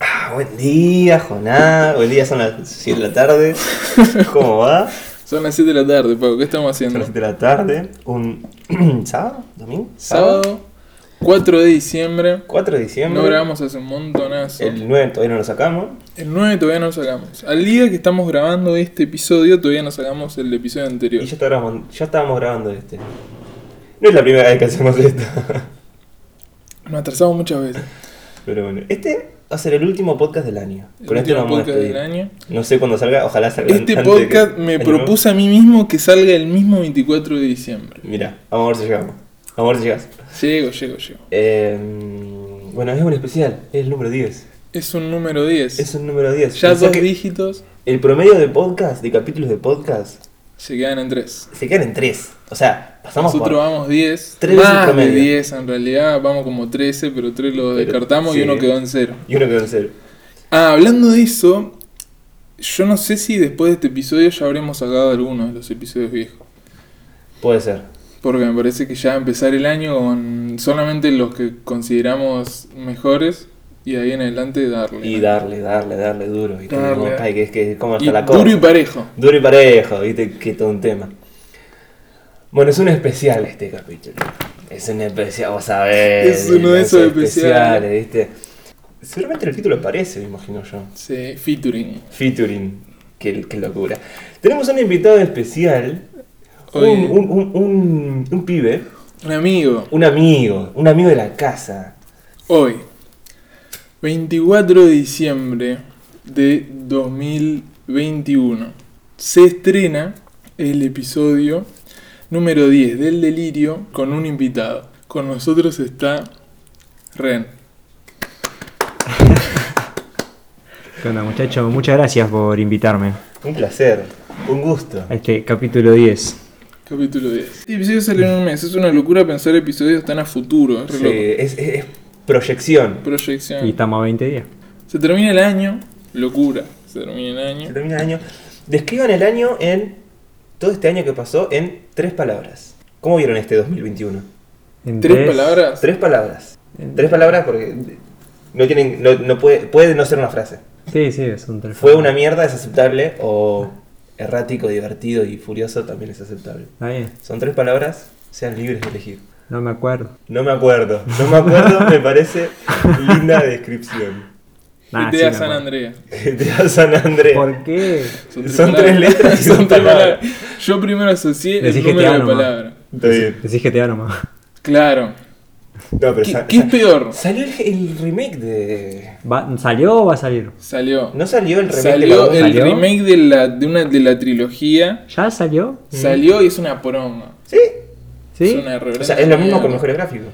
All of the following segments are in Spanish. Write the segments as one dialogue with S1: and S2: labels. S1: Ah, buen día, Joná. Buen día, son las 7 de la tarde. ¿Cómo va?
S2: Son las 7 de la tarde, Pau. ¿Qué estamos
S1: Son
S2: haciendo?
S1: las 7 de la tarde. Un sábado, domingo,
S2: Sábado 4 de diciembre.
S1: 4 de diciembre.
S2: No grabamos hace un montonazo. El,
S1: El 9 todavía no lo sacamos.
S2: 9 todavía no sacamos. Al día que estamos grabando este episodio, todavía no sacamos el episodio anterior.
S1: Y ya estábamos, ya estábamos grabando este. No es la primera vez que hacemos esto.
S2: Nos atrasamos muchas veces.
S1: Pero bueno, este va a ser el último podcast del año.
S2: El
S1: Con este
S2: último
S1: nos vamos a
S2: podcast del
S1: despedir.
S2: año.
S1: No sé cuándo salga, ojalá salga
S2: Este
S1: antes de que-
S2: podcast me
S1: Año nuevo.
S2: propuse a mí mismo que salga el mismo 24 de diciembre.
S1: Mira, vamos a ver si llegamos. Vamos a ver si llegas.
S2: Llego, llego, llego.
S1: Eh, bueno, es un especial, es el número 10.
S2: Es un número 10.
S1: Es un número 10.
S2: ya
S1: Pensá
S2: dos
S1: que
S2: dígitos
S1: el promedio de podcast, de capítulos de podcast,
S2: se quedan en 3.
S1: se quedan en 3. O sea, pasamos
S2: Nosotros
S1: por...
S2: vamos 10.
S1: Tres veces
S2: más de
S1: promedio.
S2: 10 en realidad, vamos como 13, pero 3 lo
S1: Pero,
S2: descartamos
S1: sí.
S2: y uno quedó en 0.
S1: Y uno quedó en cero.
S2: Ah, hablando de eso, yo no sé si después de este episodio ya habremos sacado algunos de los episodios viejos.
S1: Puede ser.
S2: Porque me parece que ya empezar el año con solamente los que consideramos mejores y de ahí en adelante darle.
S1: Y
S2: ¿no?
S1: darle, darle, darle duro. Y
S2: Darle.
S1: como, ay, que es que, ¿cómo está
S2: Y
S1: la cosa?
S2: duro y parejo.
S1: Duro y parejo, viste, que todo un tema. Bueno, es un especial este capítulo. Es un especial, vos sabés.
S2: Es uno de
S1: los
S2: esos especiales.
S1: viste. Seguramente el título aparece, me imagino yo.
S2: Sí, featuring.
S1: Featuring. Qué, qué locura. Tenemos un invitado especial. Un,
S2: Oye.
S1: un, un, un- un pibe.
S2: Un amigo,
S1: Un amigo. Un amigo de la casa.
S2: hoy, 24 de diciembre de 2021, se estrena el episodio número 10 del Delirio con un invitado. Con nosotros está Ren.
S3: ¿Qué onda, muchachos? Muchas gracias por invitarme
S1: Un placer. Un gusto.
S3: a este capítulo 10.
S2: Capítulo 10. Este episodio salió en un mes. Es una locura pensar episodios tan a futuro. Es re
S1: Sí,
S2: loco.
S1: es, es- es proyección.
S2: Proyección.
S3: Y estamos a 20 días.
S2: Se termina el año. Locura. Se termina el
S1: Se
S2: año.
S1: termina el año. Describan el año en. Todo este año que pasó en tres palabras. ¿Cómo vieron este 2021?
S3: En
S2: Tres palabras.
S1: Tres palabras. Tres palabras porque. No tienen. No, no puede, puede no ser una frase.
S3: Sí, sí, son tres.
S1: Fue una
S3: palabras.
S1: mierda, es aceptable. O errático, divertido y furioso también es aceptable.
S3: Está bien,
S1: Son tres palabras, sean libres de elegir.
S3: no me acuerdo.
S1: No me acuerdo. No me acuerdo, me parece linda descripción.
S3: Nah,
S2: GTA
S3: sí me
S2: San
S3: acuerdo.
S2: Andreas.
S1: De San Andrés.
S3: ¿Por qué?
S1: Son tres
S2: palabras.
S1: letras y
S2: son
S1: son
S2: tres
S1: palabras.
S2: palabras. Yo primero asocié
S3: Decí
S2: el número
S3: GTA
S2: de
S3: nomás.
S2: palabras.
S1: Está bien.
S3: Decís GTA nomás.
S2: Claro.
S1: No, pero
S2: ¿Qué,
S1: sa-
S2: qué es
S1: sa-
S2: peor?
S1: Salió el, el remake de.
S3: ¿Va- ¿Salió o va a salir?
S2: Salió.
S1: No salió el remake de la
S2: salió
S1: voz?
S2: el
S3: ¿Salió?
S2: remake de la, de una, de la trilogía.
S3: ¿Ya salió?
S2: Salió y es una poronga.
S1: Mm. Sí.
S3: ¿Sí?
S2: Es una
S1: O
S2: reverenda
S1: sea, es lo mismo
S2: mierda.
S1: con mejores gráficos.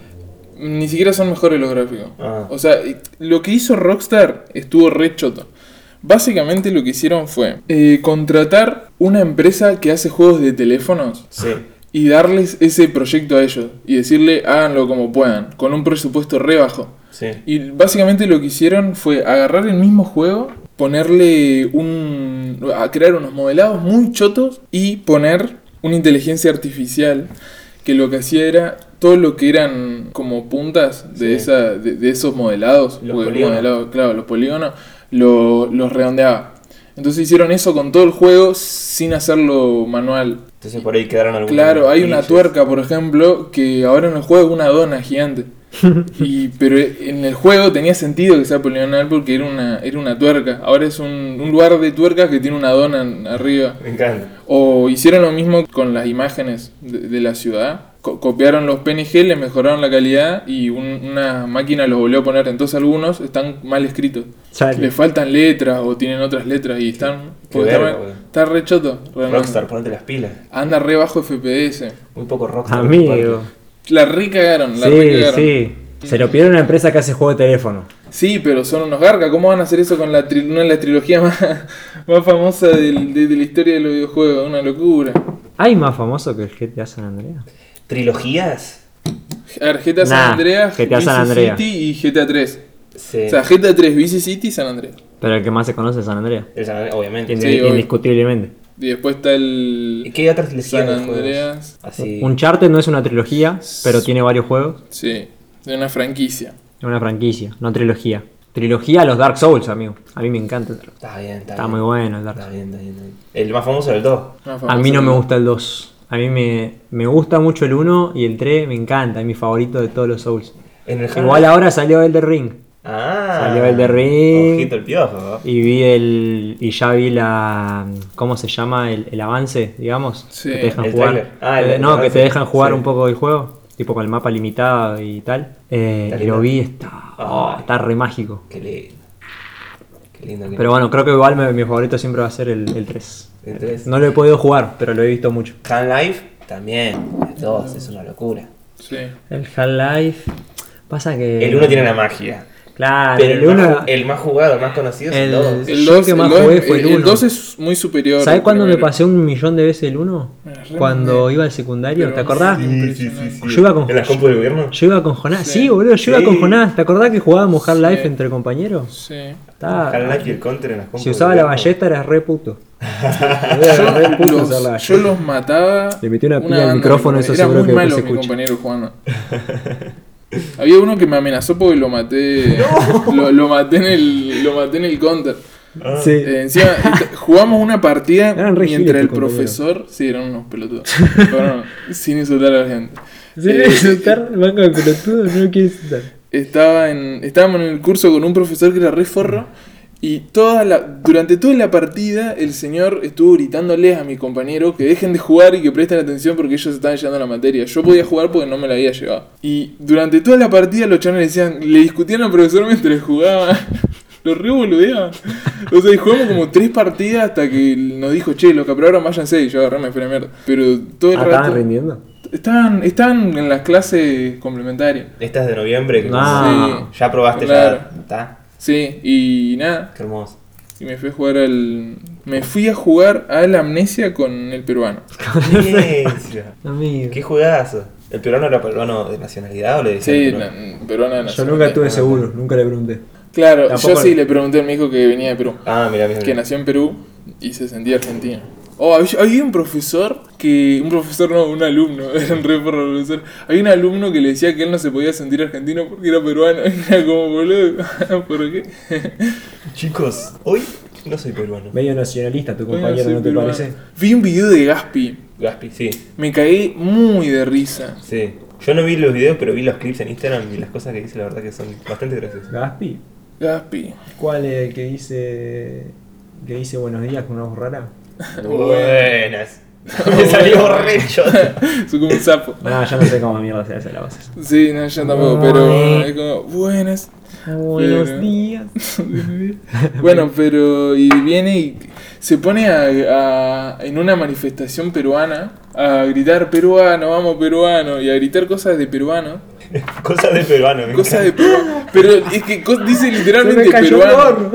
S2: Ni siquiera son mejores los gráficos.
S1: Ah.
S2: O sea, eh, lo que hizo Rockstar estuvo re choto. Básicamente lo que hicieron fue eh, contratar una empresa que hace juegos de teléfonos
S1: Sí.
S2: y darles ese proyecto a ellos y decirle háganlo como puedan, con un presupuesto re bajo.
S1: Sí.
S2: Y básicamente lo que hicieron fue agarrar el mismo juego, ponerle un. a crear unos modelados muy chotos y poner una inteligencia artificial que lo que hacía era todo lo que eran como puntas de,
S1: Sí.
S2: esa, de, de esos modelados,
S1: Los
S2: porque
S1: polígonos.
S2: modelado, claro, los polígonos, lo- los redondeaba. Entonces hicieron eso con todo el juego sin hacerlo manual.
S1: Entonces por ahí quedaron algunos.
S2: Claro, hay una
S1: glitches.
S2: tuerca, por ejemplo, que ahora en el juego es una dona gigante. Y, pero en el juego tenía sentido que sea poligonal porque era una, era una tuerca. Ahora es un, un lugar de tuerca que tiene una dona en- arriba.
S1: Me encanta.
S2: O hicieron lo mismo con las imágenes de, de la ciudad. Co- copiaron los PNG, le mejoraron la calidad y un- una máquina los volvió a poner. Entonces algunos están mal escritos. Le
S3: Sale.
S2: faltan letras o tienen otras letras y están...
S1: Qué
S2: porque está,
S1: verga,
S2: re-
S1: boludo.
S2: está re choto. realmente.
S1: Rockstar, ponete las pilas.
S2: Anda re bajo FPS.
S1: Muy poco Rockstar.
S3: Amigo.
S2: La recagaron, la
S3: Sí,
S2: recagaron. Sí.
S3: sí. Se lo pidieron a una empresa que hace juego de teléfono.
S2: pero son unos gargas. ¿Cómo van a hacer eso con la tri- una de las trilogías más, más famosas del- de, de la historia de los videojuegos? Una locura.
S3: ¿Hay más famoso que el GTA San Andreas?
S1: ¿Trilogías?
S2: A ver, GTA San
S3: Nah,
S2: Andreas,
S3: GTA San
S2: Vice
S3: Andreas.
S2: City y GTA 3.
S1: Sí.
S2: O sea, GTA 3, Vice City y San Andreas.
S3: Pero el que más se conoce es San Andreas.
S1: El San Andrés, obviamente.
S3: Indi-
S2: Sí, obvio.
S3: indiscutiblemente.
S2: Y después
S1: ¿Y
S2: está el.
S1: qué otras trilogías
S2: San
S1: de juegos?
S2: Andreas.
S1: Así.
S3: Uncharted no es una trilogía, pero tiene varios juegos.
S2: Sí, de una franquicia.
S3: Es una franquicia, no trilogía. Trilogía a los Dark Souls, amigo. A mí me encanta. el Dark-
S1: Está bien, está,
S3: Está
S1: bien.
S3: muy bueno el Dark
S1: Está
S3: Souls.
S1: bien, está bien, está bien. El más famoso del todo.
S2: Una
S3: A
S2: famosa
S3: mí no me
S2: película.
S3: gusta el 2. A mí me, me gusta mucho el 1 y el 3 me encanta. Es mi favorito de todos los Souls.
S1: En el
S3: Igual ahora salió el de Ring.
S1: Ah.
S3: salió el de Ring.
S1: Ojito el piojo.
S3: Y vi el. Y ya vi la. ¿Cómo se llama? El, el avance, digamos.
S2: Sí,
S3: que te dejan
S1: el
S3: jugar.
S1: trailer. Ah, el-
S3: Eh, no,
S1: el
S3: que
S1: avance,
S3: te dejan jugar
S1: sí.
S3: un poco el juego. Tipo con el mapa limitado y tal. Eh,
S1: Está
S3: y
S1: lindo.
S3: lo vi, está. oh,
S1: Ay.
S3: está re mágico.
S1: Qué lindo. Qué lindo. qué
S3: Pero
S1: lindo.
S3: bueno, creo que igual me- mi favorito siempre va a ser el, el 3.
S1: El 3.
S3: No lo he podido jugar, pero lo he visto mucho.
S1: Half-Life también. El 2 es una locura.
S2: Sí.
S3: El Half-Life. Pasa que.
S1: El 1 tiene la magia.
S3: Claro,
S1: Pero
S3: Ah, el
S1: el, más,
S3: 1.
S1: ju- el más jugado, el más conocido es el
S3: El-
S1: 2.
S2: El
S3: Yo
S2: 2
S3: que más jugué fue el uno.
S2: es muy superior.
S3: ¿Sabes
S2: al
S3: cuándo me
S2: primero.
S3: pasé un millón de veces el 1?
S2: Me Eh, re
S3: Cuando
S2: mandé.
S3: iba al secundario,
S2: Pero
S3: ¿te acordás?
S2: sí, sí, sí, sí.
S3: Yo iba con-
S1: ¿En las compu del gobierno?
S3: Yo iba con Jonás.
S2: Sí.
S3: Sí, boludo, yo iba
S1: Sí.
S3: con Jonás. ¿Te acordás que jugábamos Half-Life
S2: Sí.
S3: entre compañeros?
S2: Sí.
S3: Está-
S1: Half-Life y el Counter en las compu
S3: Si
S1: del
S3: usaba la
S1: gobierno.
S3: ballesta eras re puto. Era re Eh, puto
S2: Yo
S3: usar la
S2: los, yo
S3: ballesta.
S2: los mataba.
S3: Le metí una piña al
S2: banda,
S3: micrófono,
S2: mi
S3: eso
S2: compañero.
S3: seguro que
S2: Era muy malo
S3: se
S2: mi
S3: escucha.
S2: compañero jugando. Había uno que me amenazó porque lo maté. Lo, lo maté en el. Lo maté en el counter.
S3: Sí.
S2: Eh, encima, esta- jugamos una partida
S3: Eran re giles
S2: mientras el
S3: tus compañeros.
S2: profesor. Sí, eran unos pelotudos. Bueno, sin insultar a la gente.
S3: Sí,
S2: Eh,
S3: insultar, banco de pelotudo, no quiere insultar.
S2: estaba en, estábamos en el curso con un profesor que era re forro y toda la, durante toda la partida el señor estuvo gritándoles a mi compañero que dejen de jugar y que presten atención porque ellos estaban llevando la materia. Yo podía jugar porque no me la había llevado. Y durante toda la partida los chavales decían, le discutían al profesor mientras jugaba. Lo re boludeaban. O sea, y jugamos como tres partidas hasta que nos dijo, che, loca, pero ahora váyanse. Y yo agarré, me fui a la mierda. Pero todo el
S3: Ah, estaban
S2: rato...
S3: rindiendo.
S2: Estaban, estaban en las clases complementarias.
S1: Estas de noviembre. que-
S3: Ah.
S2: Sí.
S1: Ya probaste,
S2: Claro.
S1: ya. Está.
S2: Sí, y nada.
S1: Qué hermoso.
S2: Y me fui a jugar al. Me fui a jugar a la amnesia con el peruano.
S1: Ciencia.
S3: Amigo.
S1: Qué jugadazo. ¿El peruano era peruano de nacionalidad o le decían
S2: Sí,
S1: peruano?
S2: la- peruana de
S3: Yo
S2: nacionalidad.
S3: nunca tuve seguro, nunca le pregunté.
S2: Claro, yo
S3: Tampoco-
S2: sí le pregunté a mi hijo que venía de Perú.
S1: Ah, mira, mira.
S2: Que
S1: mira.
S2: nació en Perú y se sentía argentino. Oh, había, había un profesor que. Un profesor no, un alumno. Era un re porro el profesor. Había un alumno que le decía que él no se podía sentir argentino porque era peruano. Era como boludo. ¿Por qué?
S1: Chicos, hoy no soy peruano.
S3: Medio nacionalista tu
S2: Bueno,
S3: compañero,
S2: soy
S3: ¿no te
S2: peruano.
S3: parece?
S2: Vi un video de Gaspi.
S1: Gaspi, sí.
S2: Me caí muy de risa.
S1: Sí. Yo no vi los videos, pero vi los clips en Instagram y las cosas que dice, la verdad que son bastante graciosas.
S3: ¿Gaspi?
S2: Gaspi.
S3: ¿Cuál es el que dice. que dice buenos días con una voz rara?
S1: Buenas. Me salió
S2: Oh.
S1: borracho.
S2: Soy como un sapo.
S3: No, yo no sé cómo mierda se hace la voz.
S2: Sí, no, yo tampoco, pero es como, buenas. Pero-
S3: Buenos días.
S2: Bueno, pero y viene y se pone a, a- en una manifestación peruana a gritar peruano, vamos peruano, y a gritar cosas de peruano.
S1: cosas de peruano, me
S2: Cosas de
S1: encanta.
S2: peruano. Pero es que co- dice
S3: Se
S2: literalmente
S3: me cayó el
S2: peruano.
S3: gorro.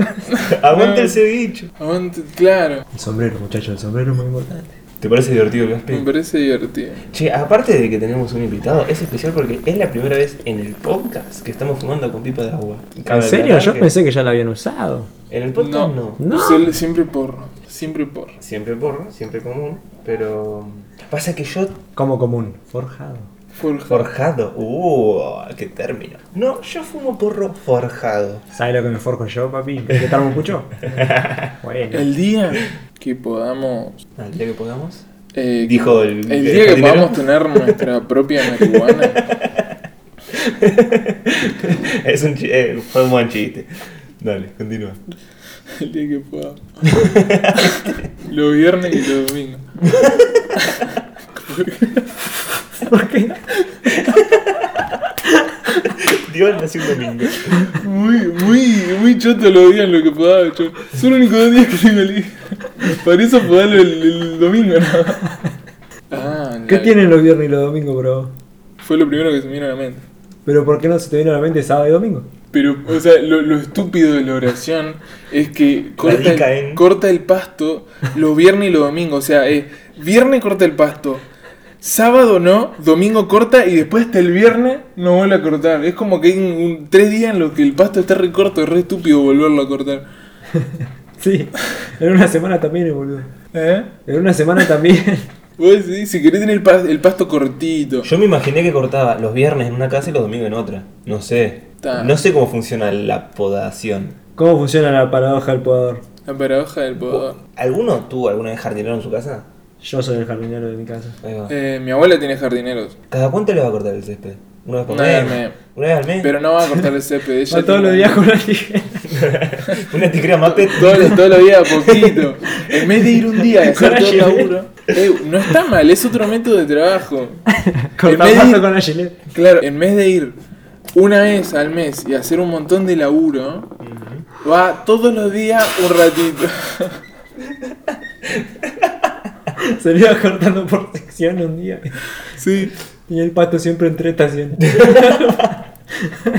S1: Aguanta ese bicho.
S2: Aguante, Claro,
S3: El sombrero, muchachos, el sombrero es muy importante.
S1: ¿Te parece divertido, Gaspi?
S2: me parece divertido.
S1: Che, aparte de que tenemos un invitado, es especial porque es la primera vez en el podcast que estamos fumando con pipa de agua.
S3: ¿En serio? Yo pensé que ya lo habían usado.
S1: En el podcast no.
S2: No,
S3: No.
S2: solo- siempre porro, siempre porro.
S1: Siempre porro, siempre común, pero... Pasa que yo...
S3: Como común, forjado.
S2: Forja.
S1: Forjado. Uh, qué término. No, yo fumo porro forjado.
S3: ¿Sabes lo que me forjo yo, papi? ¿Querés que tarmo mucho? Bueno.
S2: El día que podamos...
S1: Al día que podamos.
S2: eh,
S1: Dijo el...
S2: El día que
S1: jardinero.
S2: podamos tener nuestra propia marihuana.
S1: es un chi- eh, fue un buen chiste. Dale, continúa.
S2: El día que podamos. los viernes y los domingos.
S3: ¿Por qué?
S1: Dios nació un domingo.
S2: Muy, muy, muy choto los días en lo que podaba, yo. Son los únicos dos días que tengo libre. Para eso podarlo el, el domingo, ¿no? Ah,
S3: ¿Qué
S2: la-
S3: tienen los viernes y los domingos, bro?
S2: Fue lo primero que se me vino a la mente.
S3: ¿Pero por qué no se te vino a la mente sábado y domingo?
S2: Pero, o sea, lo, lo estúpido de la oración es que corta
S1: Radica
S2: el,
S1: en-
S2: corta el pasto los viernes y los domingos. O sea, eh, viernes corta el pasto, sábado no, domingo corta y después hasta el viernes no vuelve a cortar. Es como que hay un, un- tres días en los que el pasto está re corto, es re estúpido volverlo a cortar.
S3: Sí, en una semana también, boludo.
S2: ¿Eh?
S3: En una semana también.
S2: Vos decís, si querés tener el, pas- el pasto cortito,
S1: Yo me imaginé que cortaba los viernes en una casa y los domingos en otra. No sé.
S2: Está.
S1: No sé cómo funciona la podación.
S3: ¿Cómo funciona la paradoja del podador?
S2: La paradoja del podador.
S1: ¿Alguno tuvo alguna vez jardinero en su casa?
S3: Yo soy el jardinero de mi casa.
S1: Ahí va.
S2: Eh, mi abuela tiene jardineros.
S1: ¿Cada cuánto le va a cortar el césped? ¿Una vez por
S2: Una vez al
S1: mes?
S2: mes.
S1: ¿Una vez al mes?
S2: Pero no va a cortar el césped. Ella
S3: Va todos los
S2: tiene-
S3: días con la tijera.
S1: ¿Una ticrea mate?
S2: Todos los, todos los días, poquito. En vez de ir un día y hacer todo el
S3: Coraje.
S2: laburo. Eh, no está mal, es otro método de trabajo. En vez de
S3: Cortapasta
S2: ir-
S3: con la gilet.
S2: Claro, en vez de ir una vez al mes y hacer un montón de laburo, va todos los días un ratito.
S3: Se lo iba cortando por sección un día.
S2: Sí.
S3: Y el pato siempre entre estaciones.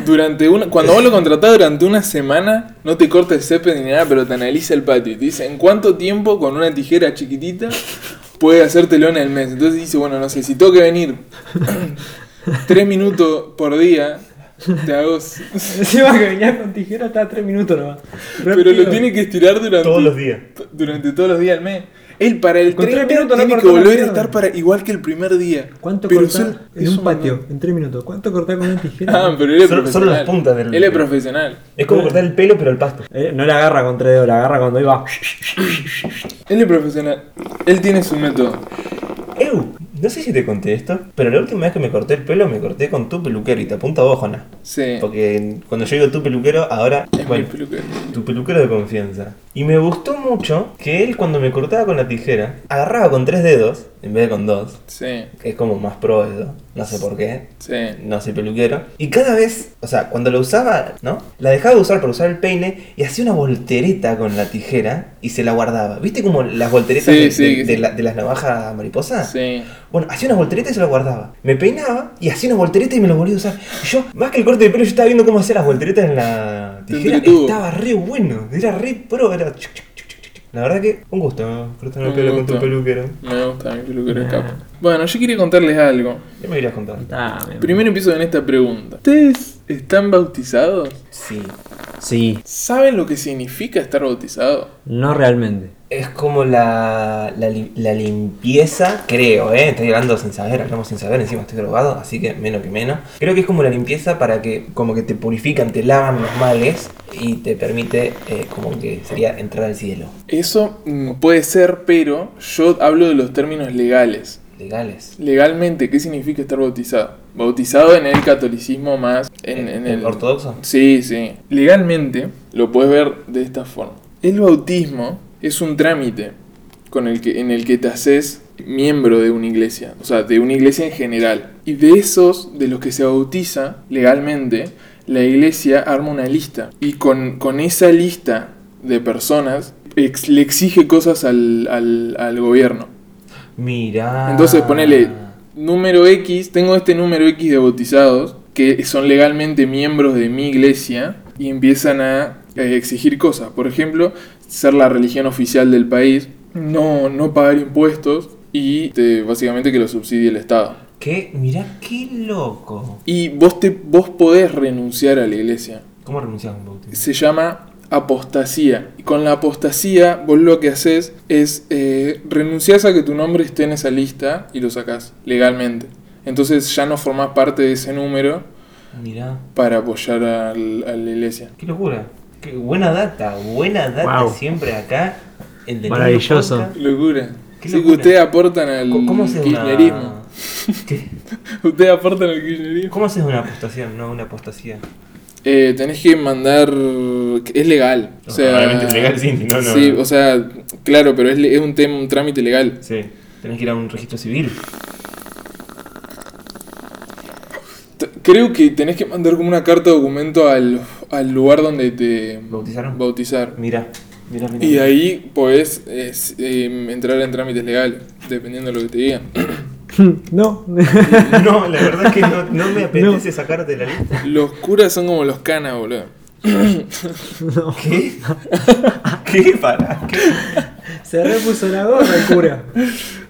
S2: Durante una, cuando vos lo contratás durante una semana, no te corta el césped ni nada, pero te analiza el patio y te dice en cuánto tiempo con una tijera chiquitita puede hacértelo en el mes. Entonces dice, bueno, no sé, si tengo que venir tres minutos por día, te hago. s-
S3: Encima que venía con tijera estaba tres minutos nomás.
S2: Pero lo tiene que estirar durante
S1: Todos los días.
S2: durante todos los días del mes. Él para el
S3: Con
S2: 30
S3: tres minutos no
S2: tiene que
S3: cortó la
S2: volver a
S3: mierda.
S2: estar para igual que el primer día.
S3: ¿Cuánto
S2: Pero
S3: cortás?
S2: son-
S3: En
S2: es
S3: un
S2: un
S3: patio,
S2: montón.
S3: en tres minutos. ¿Cuánto cortás con una tijera?
S2: Ah, pero él es
S1: Eh, Solo-
S2: profesional.
S1: solo las puntas del-
S2: Él es profesional.
S1: Es como cortar el pelo, pero el pasto.
S3: Eh, no la agarra con tres dedos, la agarra cuando iba.
S2: Él es profesional. Él tiene su método.
S1: Eu, no sé si te conté esto, pero la última vez que me corté el pelo me corté con tu peluquero y te apunta a vos, Jonás.
S2: Sí.
S1: Porque cuando yo digo tu peluquero, ahora
S2: Es
S1: bueno,
S2: mi peluquero.
S1: tu peluquero de confianza. Y me gustó mucho que él cuando me cortaba con la tijera, agarraba con tres dedos, en vez de con dos,
S2: Sí,
S1: que es como más pro eso, no sé por qué.
S2: sí.
S1: No soy peluquero. Y cada vez, o sea, cuando lo usaba, ¿no? La dejaba de usar para usar el peine y hacía una voltereta con la tijera y se la guardaba. ¿Viste como las volteretas
S2: Sí,
S1: de, de-
S2: sí, sí.
S1: de la- de las navajas mariposas?
S2: Sí.
S1: Bueno, hacía una voltereta y se la guardaba. Me peinaba y hacía una voltereta y me la volvía a usar. Y yo, más que el corte de pelo, yo estaba viendo cómo hacía las volteretas en la
S2: Te
S1: tijera.
S2: entretuvo.
S1: Estaba re bueno, era re pro, era. chuc, chuc, chuc, chuc, chuc. La verdad que un gusto cortarme el
S2: Un
S1: pelo con
S2: gusto.
S1: tu peluquero.
S2: Me gusta mi peluquero de capo. Bueno, yo quería contarles algo.
S1: ¿Qué me querías contar?
S2: Primero empiezo con esta pregunta. ¿Ustedes están bautizados?
S1: Sí.
S3: Sí,
S2: ¿Saben lo que significa estar bautizado?
S3: no realmente.
S1: Es como la, la, li- la limpieza, creo, ¿eh? Estoy hablando sin saber, hablamos sin saber, encima estoy drogado, así que menos que menos. Creo que es como la limpieza para que, como que te purifican, te lavan los males y te permite, eh, como que sería entrar al cielo.
S2: Eso mm, puede ser, pero yo hablo de los términos legales.
S1: Legales.
S2: Legalmente, ¿qué significa estar bautizado? Bautizado en el catolicismo más... En, en el
S1: ortodoxo?
S2: Sí, sí. Legalmente lo puedes ver de esta forma. El bautismo es un trámite con el que, en el que te haces miembro de una iglesia, o sea, de una iglesia en general. Y de esos, de los que se bautiza legalmente, la iglesia arma una lista. Y con, con esa lista de personas ex- le exige cosas al, al- al gobierno.
S1: Mira.
S2: Entonces ponele número X, tengo este número X de bautizados que son legalmente miembros de mi iglesia y empiezan a eh, exigir cosas. Por ejemplo, ser la religión oficial del país, no, no pagar impuestos y este, básicamente que lo subsidie el Estado.
S1: ¿Qué? Mirá, qué loco.
S2: Y vos, te, vos podés renunciar a la iglesia.
S1: ¿Cómo renuncias a un bautismo?
S2: se llama apostasía. Y con la apostasía, vos lo que haces es eh, renunciás a que tu nombre esté en esa lista y lo sacás legalmente. Entonces ya no formás parte de ese número
S1: Mirá.
S2: para apoyar al- a la iglesia.
S1: Qué locura. Qué buena data, buena data
S3: Wow.
S1: siempre acá. en The Nudo
S3: Maravilloso.
S1: Podcast.
S2: Locura.
S1: Qué
S2: Así que
S1: locura.
S2: ustedes aportan al
S1: Co- ¿Cómo haces una...
S2: kirchnerismo.
S1: ¿Qué?
S2: Ustedes aportan al kirchnerismo.
S1: ¿Cómo haces una apostación, no una apostasía?
S2: Eh, tenés que mandar... Es legal. O
S1: No,
S2: sea,
S1: claramente es legal, sí, no, no.
S2: Sí, o sea, claro, pero es, le- es un, tema, un trámite legal.
S1: Sí. Tenés que ir a un registro civil.
S2: T- Creo que tenés que mandar como una carta de documento al, al lugar donde te
S1: ¿Bautizaron?
S2: bautizar.
S1: Mira, mira,
S3: Mm.
S1: mira.
S2: Y de ahí podés es, em, entrar en trámites legales, dependiendo de lo que te digan.
S3: no.
S1: No, la verdad es que no, no me apetece sacarte la lista.
S2: Los curas son como los canas, boludo.
S1: ¿Qué? ¿Qué? Para. ¿Qué?
S3: Se repuso la gorra el cura.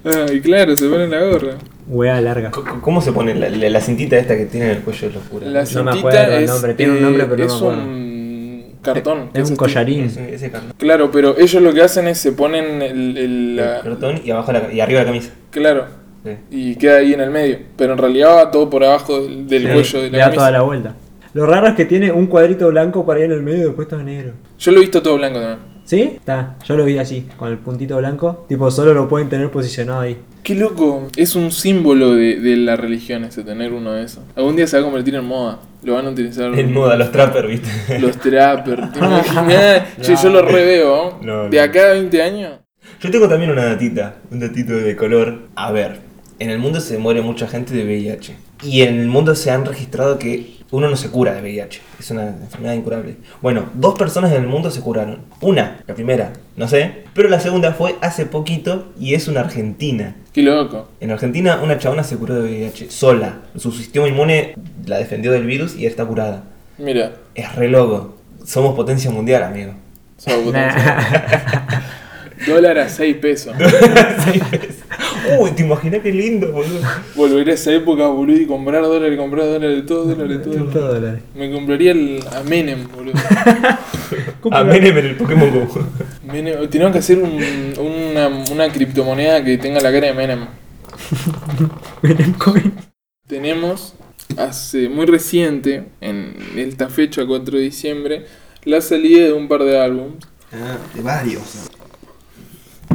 S2: Ah, y claro, se ponen la gorra.
S3: Wea larga.
S1: C- c- ¿Cómo se pone la, la- la cintita esta que tiene en el cuello de los curas?
S2: La
S3: No
S2: cintita
S3: me acuerdo el
S2: es, eh,
S3: nombre, tiene un nombre, pero no
S2: es
S3: me acuerdo.
S2: un cartón. que
S3: Es un
S2: así.
S3: collarín.
S1: Ese, ese cartón.
S2: Claro, pero ellos lo que hacen es se ponen el... el- la-
S1: El cartón y, abajo la, y arriba la camisa.
S2: claro,
S1: Sí.
S2: y queda ahí en el medio. Pero en realidad va todo por abajo del, del
S3: Sí,
S2: cuello de
S3: Le
S2: la
S3: da toda
S2: camisa.
S3: la vuelta. Lo raro es que tiene un cuadrito blanco para ir en el medio y después todo negro.
S2: Yo lo he visto todo blanco también.
S3: ¿Sí? Está, yo lo vi así, con el puntito blanco. Tipo, solo lo pueden tener posicionado ahí.
S2: Qué loco. Es un símbolo de, de la religión ese, tener uno de esos. Algún día se va a convertir en moda. Lo van a utilizar
S1: En moda, los trappers, viste.
S2: los trappers. ¿Te imaginas? Che, yo lo reveo.
S1: No, no.
S2: De acá a 20 años.
S1: Yo tengo también una datita, un datito de color. A ver, en el mundo se muere mucha gente de VIH. Y en el mundo se han registrado que uno no se cura de VIH. Es una enfermedad incurable. Bueno, dos personas en el mundo se curaron. Una, la primera, no sé. Pero la segunda fue hace poquito y es una argentina.
S2: Qué loco.
S1: En Argentina una chabona se curó de VIH sola. Su sistema inmune la defendió del virus y está curada.
S2: Mira.
S1: Es re loco. Somos potencia mundial, amigo.
S2: esa potencia. Dólar a 6 pesos.
S1: Sí, es. Uy, te imaginas qué lindo, boludo.
S2: Volveré a esa época, boludo, y comprar dólar, y comprar dólar de todo, dólar de todo.
S3: Todo dólares.
S2: Me compraría el a Menem, boludo.
S1: A Menem en el Pokémon Go.
S2: Menem, tenemos que hacer un- una, una criptomoneda que tenga la cara de Menem.
S3: Menem Coin.
S2: Tenemos hace muy reciente, en esta fecha 4 de diciembre, la salida de un par de álbumes.
S1: de varios.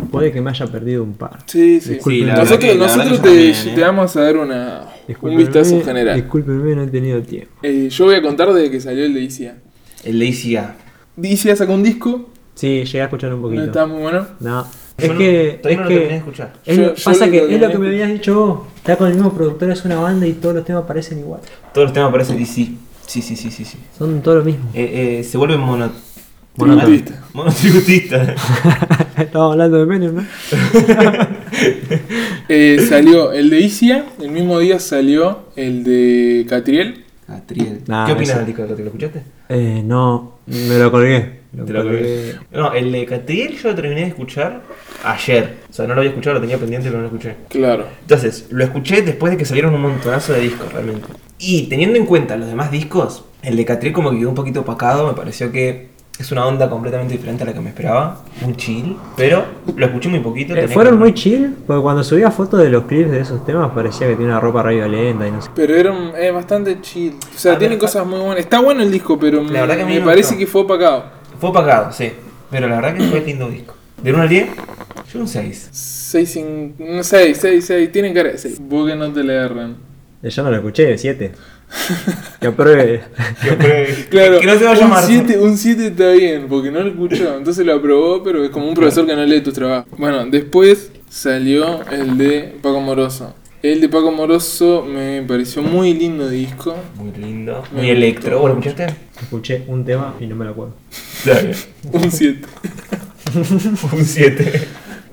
S3: Puede que me haya perdido un par.
S2: Sí, sí.
S3: Disculpen.
S1: la
S2: nosotros
S1: verdad que- la
S2: nosotros
S1: verdad que
S2: te,
S1: yo también,
S2: te
S1: ¿eh?
S2: vamos a dar una, un
S3: Discúlpenme,
S2: vistazo general.
S3: Discúlpenme, no he tenido tiempo.
S2: Eh, yo voy a contar desde que salió el de ICA.
S1: El de ICA.
S2: ICA sacó un disco,
S3: Sí, llegué a escuchar un
S2: no
S3: poquito.
S2: está muy bueno.
S3: No.
S1: Yo
S3: Es
S1: no-
S3: que.
S1: todavía
S3: es
S1: no lo
S3: que-
S1: terminé de escuchar.
S3: es
S2: Yo-
S3: lo-
S2: yo
S3: pasa
S2: lo
S3: que
S2: terminé
S3: es lo
S2: de
S3: que me habías dicho vos. Está con el mismo productor, es una banda y todos los temas parecen igual.
S1: Todos los temas parecen DC. Sí, sí, sí, sí. sí.
S3: Son todos lo mismo.
S1: Eh, eh, se vuelve mono...
S2: Tributista.
S1: monotributista.
S3: Estamos hablando de Menem, ¿no?
S2: Eh, salió el de ICA, el mismo día salió el de Catriel.
S1: Catriel.
S3: Nah,
S1: ¿Qué opinas
S3: ese-
S1: del disco de Catriel? ¿Lo escuchaste?
S3: Eh, no, me lo colgué. Lo
S1: Te lo
S3: colgué. Eh,
S1: colgué. No, el de Catriel yo lo terminé de escuchar ayer. O sea, no lo había escuchado, lo tenía pendiente, pero no lo escuché.
S2: Claro.
S1: Entonces, lo escuché después de que salieron un montonazo de discos, realmente. Y teniendo en cuenta los demás discos, el de Catriel como que quedó un poquito opacado, me pareció que es una onda completamente diferente a la que me esperaba, muy chill, pero lo escuché muy poquito.
S3: Eh,
S1: tenía
S3: fueron
S1: que-
S3: muy chill, porque cuando subía fotos de los clips de esos temas parecía que tiene una ropa re violenta y no sé.
S2: Pero era un- eh, bastante chill. O sea,
S1: A
S2: tiene
S1: ver,
S2: cosas muy buenas. Está bueno el disco, pero
S1: La verdad que a mí
S2: me
S1: me
S2: parece
S1: gustó.
S2: que fue opacado.
S1: Fue opacado, sí, pero la verdad que fue lindo disco. ¿De 1 al 10? Yo un 6.
S2: 6, 6, 6, 6. Tienen cara de 6. Vos que no te le erran.
S3: Eh, Yo no lo escuché, 7. Que apruebe.
S2: Claro,
S1: que no se vaya a
S2: un
S1: llamar.
S2: 7 un siete está bien, porque no lo escuchó. Entonces lo aprobó, pero es como un profesor que no lee tus trabajos. Bueno, después salió el de Paco Moroso. El de Paco Moroso me pareció muy lindo disco.
S1: Muy lindo,
S2: Me
S1: muy
S2: gustó.
S1: electro. ¿Vos lo escuchaste?
S3: Escuché un tema y no me lo acuerdo.
S2: Un 7.
S1: un 7.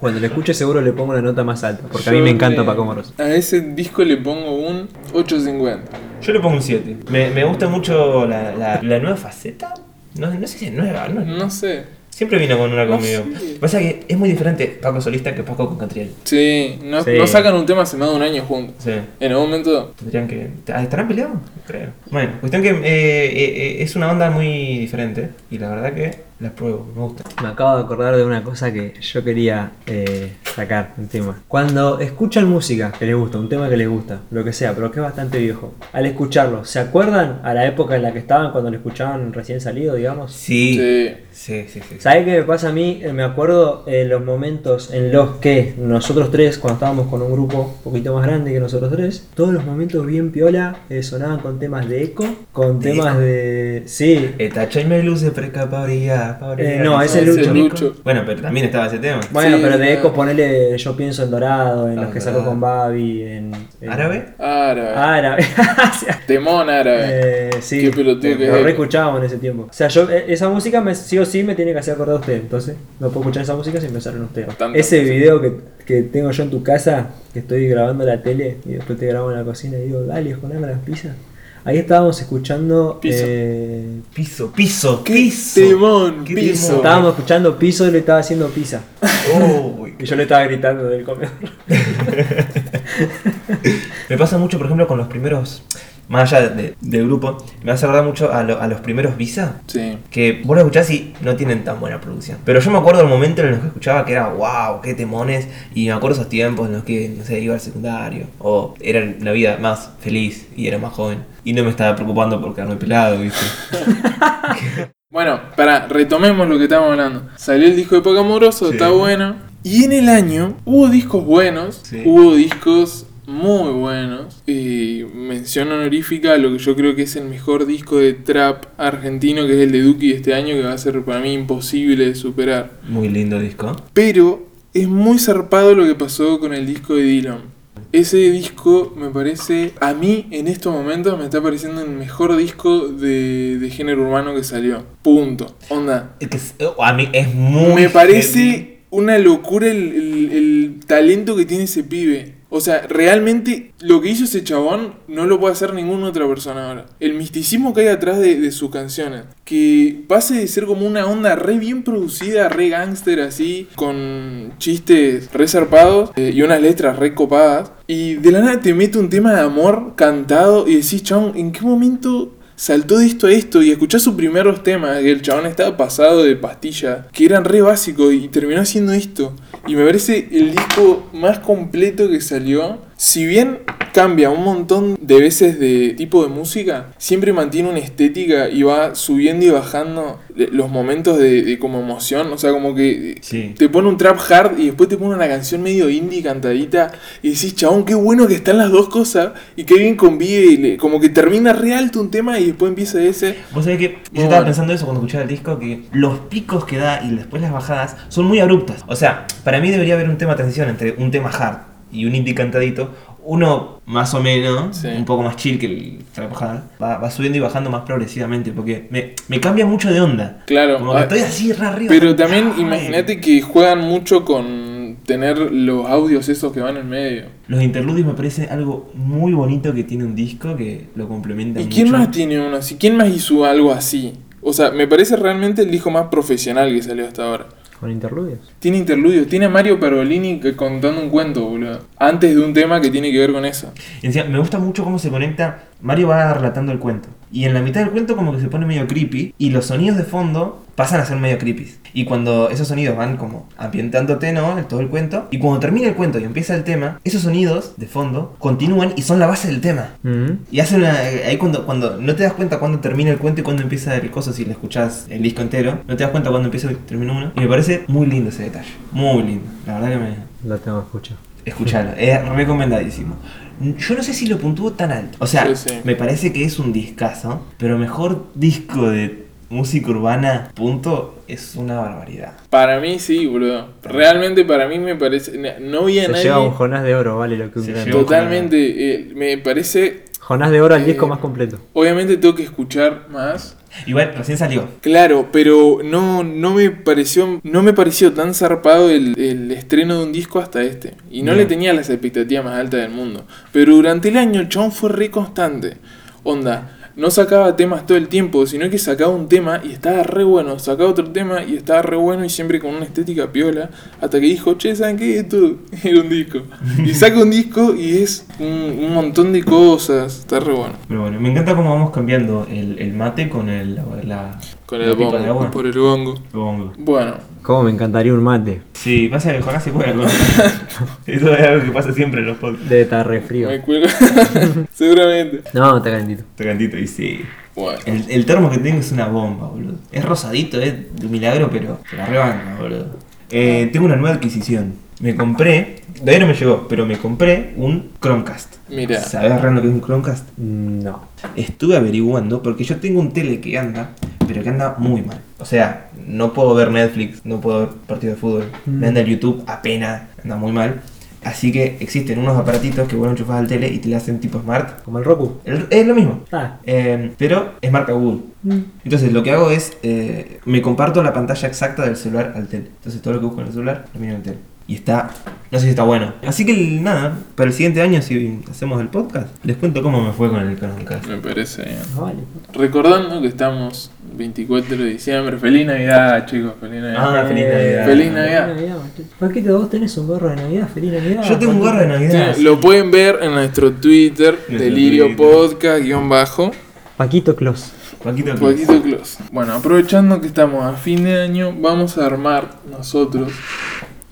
S3: Cuando lo escuche seguro le pongo una nota más alta, porque a mí me encanta Paco Moros.
S2: A ese disco le pongo un 850.
S1: Yo le pongo un 7. Me, me gusta mucho la, la- la nueva faceta. No, no sé si es nueva, no,
S2: No sé.
S1: Siempre vino con una
S2: No
S1: conmigo.
S2: sé.
S1: Pasa que es muy diferente Paco solista que Paco con Catriel.
S2: Sí, no,
S3: Sí.
S2: no sacan un tema hace más de un año juntos.
S1: Sí.
S2: En algún momento.
S1: Tendrían que. ah, ¿Estarán peleados? Creo. Bueno, cuestión que eh, eh, eh, es una onda muy diferente. Y la verdad que la pruebo, me gusta.
S3: Me acabo de acordar de una cosa que yo quería eh, sacar, un tema. Cuando escuchan música que les gusta, un tema que les gusta, lo que sea, pero que es bastante viejo, al escucharlo, ¿se acuerdan a la época en la que estaban cuando lo escuchaban recién salido, digamos?
S1: Sí.
S2: Sí.
S1: Sí, sí, sí.
S3: ¿Sabés qué me pasa a mí? Eh, Me acuerdo eh, los momentos en los que nosotros tres, cuando estábamos con un grupo un poquito más grande que nosotros tres, todos los momentos bien piola eh, sonaban con temas de eco, con
S1: ¿De
S3: temas
S1: eco?
S3: de... Sí,
S1: Esta me luce precaparía.
S3: Eh, no, ese
S2: es Lucho.
S1: Bueno, pero también estaba ese tema.
S3: Bueno,
S2: Sí,
S3: pero de
S2: claro.
S3: Eco ponele, yo pienso en Dorado, en
S1: Ah,
S3: los que sacó
S1: Dorado.
S3: con Babi, en, en-
S1: ¿Árabe?
S2: Árabe.
S3: Árabe.
S2: Temón árabe.
S3: Eh, sí,
S2: Qué pelotudo que es
S3: lo
S2: Eco.
S3: re escuchábamos en ese tiempo. O sea, yo eh, esa música me, sí o sí me tiene que hacer acordar a usted, entonces no puedo escuchar esa música sin pensar en usted.
S2: Tantas
S3: ese
S2: cosas.
S3: video que, que tengo yo en tu casa, que estoy grabando la tele y después te grabo en la cocina y digo, dale, poneme las pizzas. Ahí estábamos escuchando
S2: Piso.
S3: eh,
S1: Piso, piso,
S2: Qué
S1: piso.
S2: temón,
S1: Qué
S2: piso.
S1: temón. Oh,
S3: estábamos escuchando piso y le estaba haciendo pizza.
S1: Uy,
S3: Y yo le estaba gritando del comedor.
S1: Me pasa mucho, por ejemplo, con los primeros. más allá de- del grupo, me hace acordar mucho a, lo- a los primeros Visa.
S2: Sí.
S1: Que vos lo escuchás y no tienen tan buena producción. Pero yo me acuerdo del momento en los que escuchaba que era wow, qué temones. Y me acuerdo esos tiempos en los que, no sé, iba al secundario. O era la vida más feliz y era más joven. Y no me estaba preocupando por quedarme pelado, ¿viste?
S2: Bueno, para retomemos lo que estábamos hablando. Salió el disco de Poco Amoroso,
S1: Sí.
S2: está bueno. Y en el año hubo discos buenos,
S1: Sí.
S2: hubo discos muy buenos. Y mención honorífica a lo que yo creo que es el mejor disco de trap argentino, que es el de Duki de este año, que va a ser para mí imposible de superar.
S1: Muy lindo disco.
S2: Pero es muy zarpado lo que pasó con el disco de Dylan. Ese disco me parece, a mí en estos momentos me está pareciendo el mejor disco de, de género urbano que salió. Punto. Onda.
S1: Es que es- eh, a mí es muy.
S2: me
S1: heavy.
S2: parece una locura el, el- el talento que tiene ese pibe. O sea, realmente lo que hizo ese chabón no lo puede hacer ninguna otra persona ahora. El misticismo que hay atrás de, de sus canciones. Que pase de ser como una onda re bien producida, re gangster así, con chistes re zarpados eh, y unas letras re copadas. Y de la nada te mete un tema de amor cantado y decís, chabón, ¿en qué momento Saltó de esto a esto y escuchás sus primeros temas, que el chabón estaba pasado de pastillas, que eran re básicos y terminó haciendo esto. Y me parece el disco más completo que salió. Si bien cambia un montón de veces de tipo de música, siempre mantiene una estética y va subiendo y bajando de- los momentos de, de como emoción. O sea, como que
S1: Sí.
S2: te pone un trap hard y después te pone una canción medio indie cantadita y decís, chabón, qué bueno que están las dos cosas y qué bien convive. y le- como que termina re alto un tema y después empieza ese.
S1: Vos sabés que yo
S2: Muy
S1: estaba
S2: bueno.
S1: pensando eso cuando escuchaba el disco, que los picos que da y después las bajadas son muy abruptas. O sea, para mí debería haber un tema de transición entre un tema hard y un indie cantadito. Uno más o menos,
S2: Sí.
S1: un poco más chill que el trap hard, va, va subiendo y bajando más progresivamente, porque me, me cambia mucho de onda.
S2: Claro.
S1: Como que
S2: ah,
S1: estoy así, re arriba.
S2: Pero también
S1: Ay.
S2: imagínate que juegan mucho con tener los audios esos que van en medio.
S1: Los interludios me parece algo muy bonito que tiene un disco que lo complementa
S2: ¿Y
S1: mucho.
S2: quién más tiene uno así? ¿Quién más hizo algo así? O sea, me parece realmente el disco más profesional que salió hasta ahora.
S3: Con interludios.
S2: Tiene interludios, tiene a Mario Perolini que- contando un cuento, boludo. Antes de un tema que tiene que ver con eso.
S1: Y encima, me gusta mucho cómo se conecta. Mario va relatando el cuento. Y en la mitad del cuento como que se pone medio creepy. Y los sonidos de fondo pasan a ser medio creepy. Y cuando esos sonidos van como ambientándote, ¿no? En todo el cuento. Y cuando termina el cuento y empieza el tema, esos sonidos de fondo continúan y son la base del tema.
S3: Mm.
S1: Y hacen una... Ahí cuando, cuando no te das cuenta cuando termina el cuento y cuando empieza el coso, si le escuchás el disco entero, no te das cuenta cuando empieza y termina uno. Y me parece muy lindo ese detalle. Muy lindo. La verdad que me,
S3: Lo tengo que escuchar.
S1: Escuchalo, es recomendadísimo. Yo no sé si lo puntúo tan alto. O sea,
S2: Sí, sí.
S1: me parece que es un discazo, pero mejor disco de música urbana, punto, es una barbaridad.
S2: Para mí sí, boludo. Realmente para mí me parece. na- No vi a
S3: Se
S2: nadie.
S3: lleva un Jonás de Oro, vale lo que un
S1: Se
S3: gran.
S1: lleva-
S2: Totalmente. eh, me parece.
S3: Jonás de Oro al
S2: Eh,
S3: disco más completo.
S2: Obviamente tengo que escuchar más.
S1: Igual, recién salió.
S2: Claro, pero no, no me pareció. No me pareció tan zarpado el, el estreno de un disco hasta este. Y no
S1: Bien.
S2: le tenía las expectativas más altas del mundo. Pero durante el año el chabón fue re constante. Onda. No sacaba temas todo el tiempo, sino que sacaba un tema y estaba re bueno. Sacaba otro tema y estaba re bueno y siempre con una estética piola. Hasta que dijo, che, ¿saben qué? Esto era un disco. Y saca un disco y es un, un montón de cosas. Está re bueno.
S1: Pero bueno, me encanta cómo vamos cambiando el, el mate con el, la,
S2: Con
S1: la
S2: el
S1: pipa de
S2: bongo.
S1: agua.
S2: Por el bongo.
S1: Bongo.
S2: Bueno,
S3: Cómo me encantaría un mate.
S1: Sí, pasa que Jonás se juega con... Eso es algo que pasa siempre en los podcasts.
S3: Debe estar re frío.
S2: me cuelgo. Seguramente.
S3: No, está calentito.
S1: Tocantito, y sí.
S2: Bueno.
S1: El, el termo que tengo es una bomba, boludo. Es rosadito, es de milagro, pero se la rebanca, boludo. Eh, tengo una nueva adquisición. Me compré, todavía no me llegó, pero me compré un Chromecast.
S2: Mira.
S1: ¿Sabes, Ren, lo que es un Chromecast?
S3: Mm, No.
S1: Estuve averiguando porque yo tengo un tele que anda, pero que anda muy mal. O sea, no puedo ver Netflix, no puedo ver partido de fútbol, me anda el YouTube apenas, anda muy mal. Así que existen unos aparatitos que vos enchufas al tele y te le hacen tipo smart.
S3: Como el Roku.
S1: El- es lo mismo.
S3: Ah.
S1: Eh, pero es marca Google.
S3: Mm.
S1: Entonces lo que hago es, eh, me comparto la pantalla exacta del celular al tel. Entonces todo lo que busco en el celular, lo miro en el tel. Y está. No sé si está bueno. Así que el- nada, para el siguiente año, si hacemos el podcast, les cuento cómo me fue con el Croncast.
S2: Me parece bien.
S3: Ah, vale.
S2: Recordando que estamos 24 de diciembre. Feliz Navidad, chicos. Feliz Navidad.
S1: Ah, feliz Navidad.
S2: Feliz Navidad.
S3: Paquito, vos tenés un gorro de Navidad, feliz Navidad.
S1: Yo tengo un gorro de
S2: Sí,
S1: Navidad.
S2: lo pueden ver en nuestro Twitter,
S1: Nuestro
S2: Delirio
S1: Twitter.
S2: Podcast, guión bajo,
S3: Paquito Clos.
S1: Paquito Cruz.
S2: Paquito Clos. Bueno, aprovechando que estamos a fin de año, vamos a armar nosotros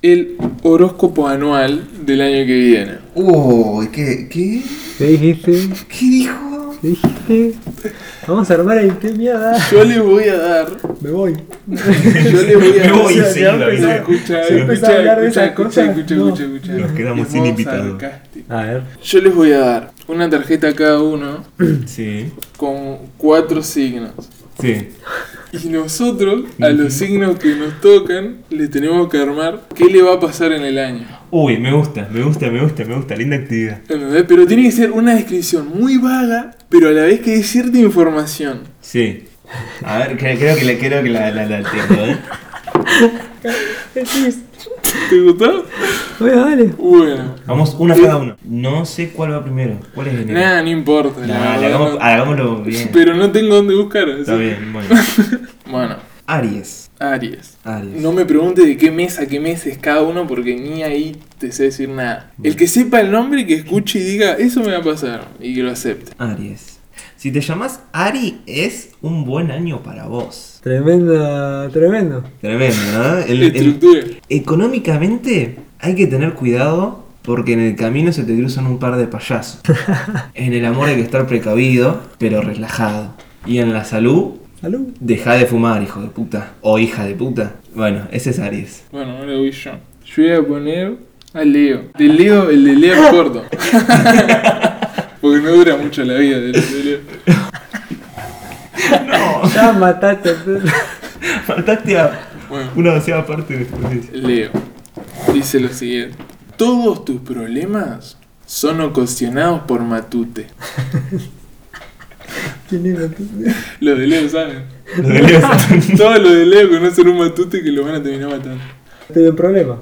S2: el horóscopo anual del año que viene.
S1: Uy, ¿qué, ¿qué?
S3: ¿Qué dijiste?
S1: ¿Qué dijo?
S3: ¿Qué dijiste? Vamos a armar el qué mierda.
S2: Yo les voy a dar,
S3: Me voy.
S2: yo les voy a
S1: Me
S2: dar.
S1: voy,
S2: o sea,
S1: sí,
S2: ya
S1: lo
S2: empezó a
S1: hice.
S2: escuchar,
S3: Se empezó a
S2: escuchar,
S3: hablar de
S2: escuchar,
S3: esas
S2: escuchar,
S3: cosas.
S2: escuchar,
S3: No.
S2: escuchar, escuchar.
S1: Nos quedamos
S2: Es
S1: sin
S2: modo
S1: invitado.
S2: sarcástico.
S3: A ver.
S2: Yo les voy a dar una tarjeta a cada uno
S1: Sí.
S2: con cuatro signos.
S1: Sí.
S2: Y nosotros, a los signos que nos tocan, le tenemos que armar qué le va a pasar en el año.
S1: Uy, me gusta, me gusta, me gusta, me gusta. Linda actividad.
S2: ¿Entendés? Pero tiene que ser una descripción muy vaga, pero a la vez que dé cierta información.
S1: Sí. A ver, creo, creo que la, creo que la, la, la tengo, ¿eh?
S2: ¿Te gustó?
S3: Bueno, vale.
S2: Bueno.
S1: Vamos una cada uno. No sé cuál va primero. ¿Cuál es el negro?
S2: Nada, no importa. la
S1: Nah,
S2: verdad,
S1: hagamos-
S2: no-
S1: hagámoslo bien.
S2: Pero no tengo dónde buscar. así.
S1: Está bien, bueno.
S2: Bueno,
S1: Aries.
S2: Aries.
S1: Aries.
S2: No me pregunte de qué mes a qué mes es cada uno porque ni ahí te sé decir nada. El que sepa el nombre, que escuche y diga, eso me va a pasar. Y que lo acepte.
S1: Aries. Si te llamas Ari, es un buen año para vos.
S3: Tremendo, tremendo.
S1: Tremendo, ¿no? El- el-
S2: Estructura.
S1: económicamente hay que tener cuidado porque en el camino se te cruzan un par de payasos. en el amor hay que estar precavido, pero relajado. Y en la salud,
S3: Salud.
S1: deja de fumar, hijo de puta. O hija de puta. Bueno, ese es Aries.
S2: Bueno, ahora voy yo. Yo voy a poner a Leo. De Leo, el de Leo es corto. Porque no dura mucho la vida del de Leo.
S3: Ya mataste.
S1: Faltaste a
S2: Bueno,
S1: una doceava parte después de eso.
S2: Leo dice lo siguiente: Todos tus problemas son ocasionados por Matute.
S3: ¿Quién es Matute?
S2: Los de Leo saben.
S1: Lo de Leo es-
S2: Todos los de Leo conocen un Matute que lo van a terminar matando.
S3: Tuve un problema.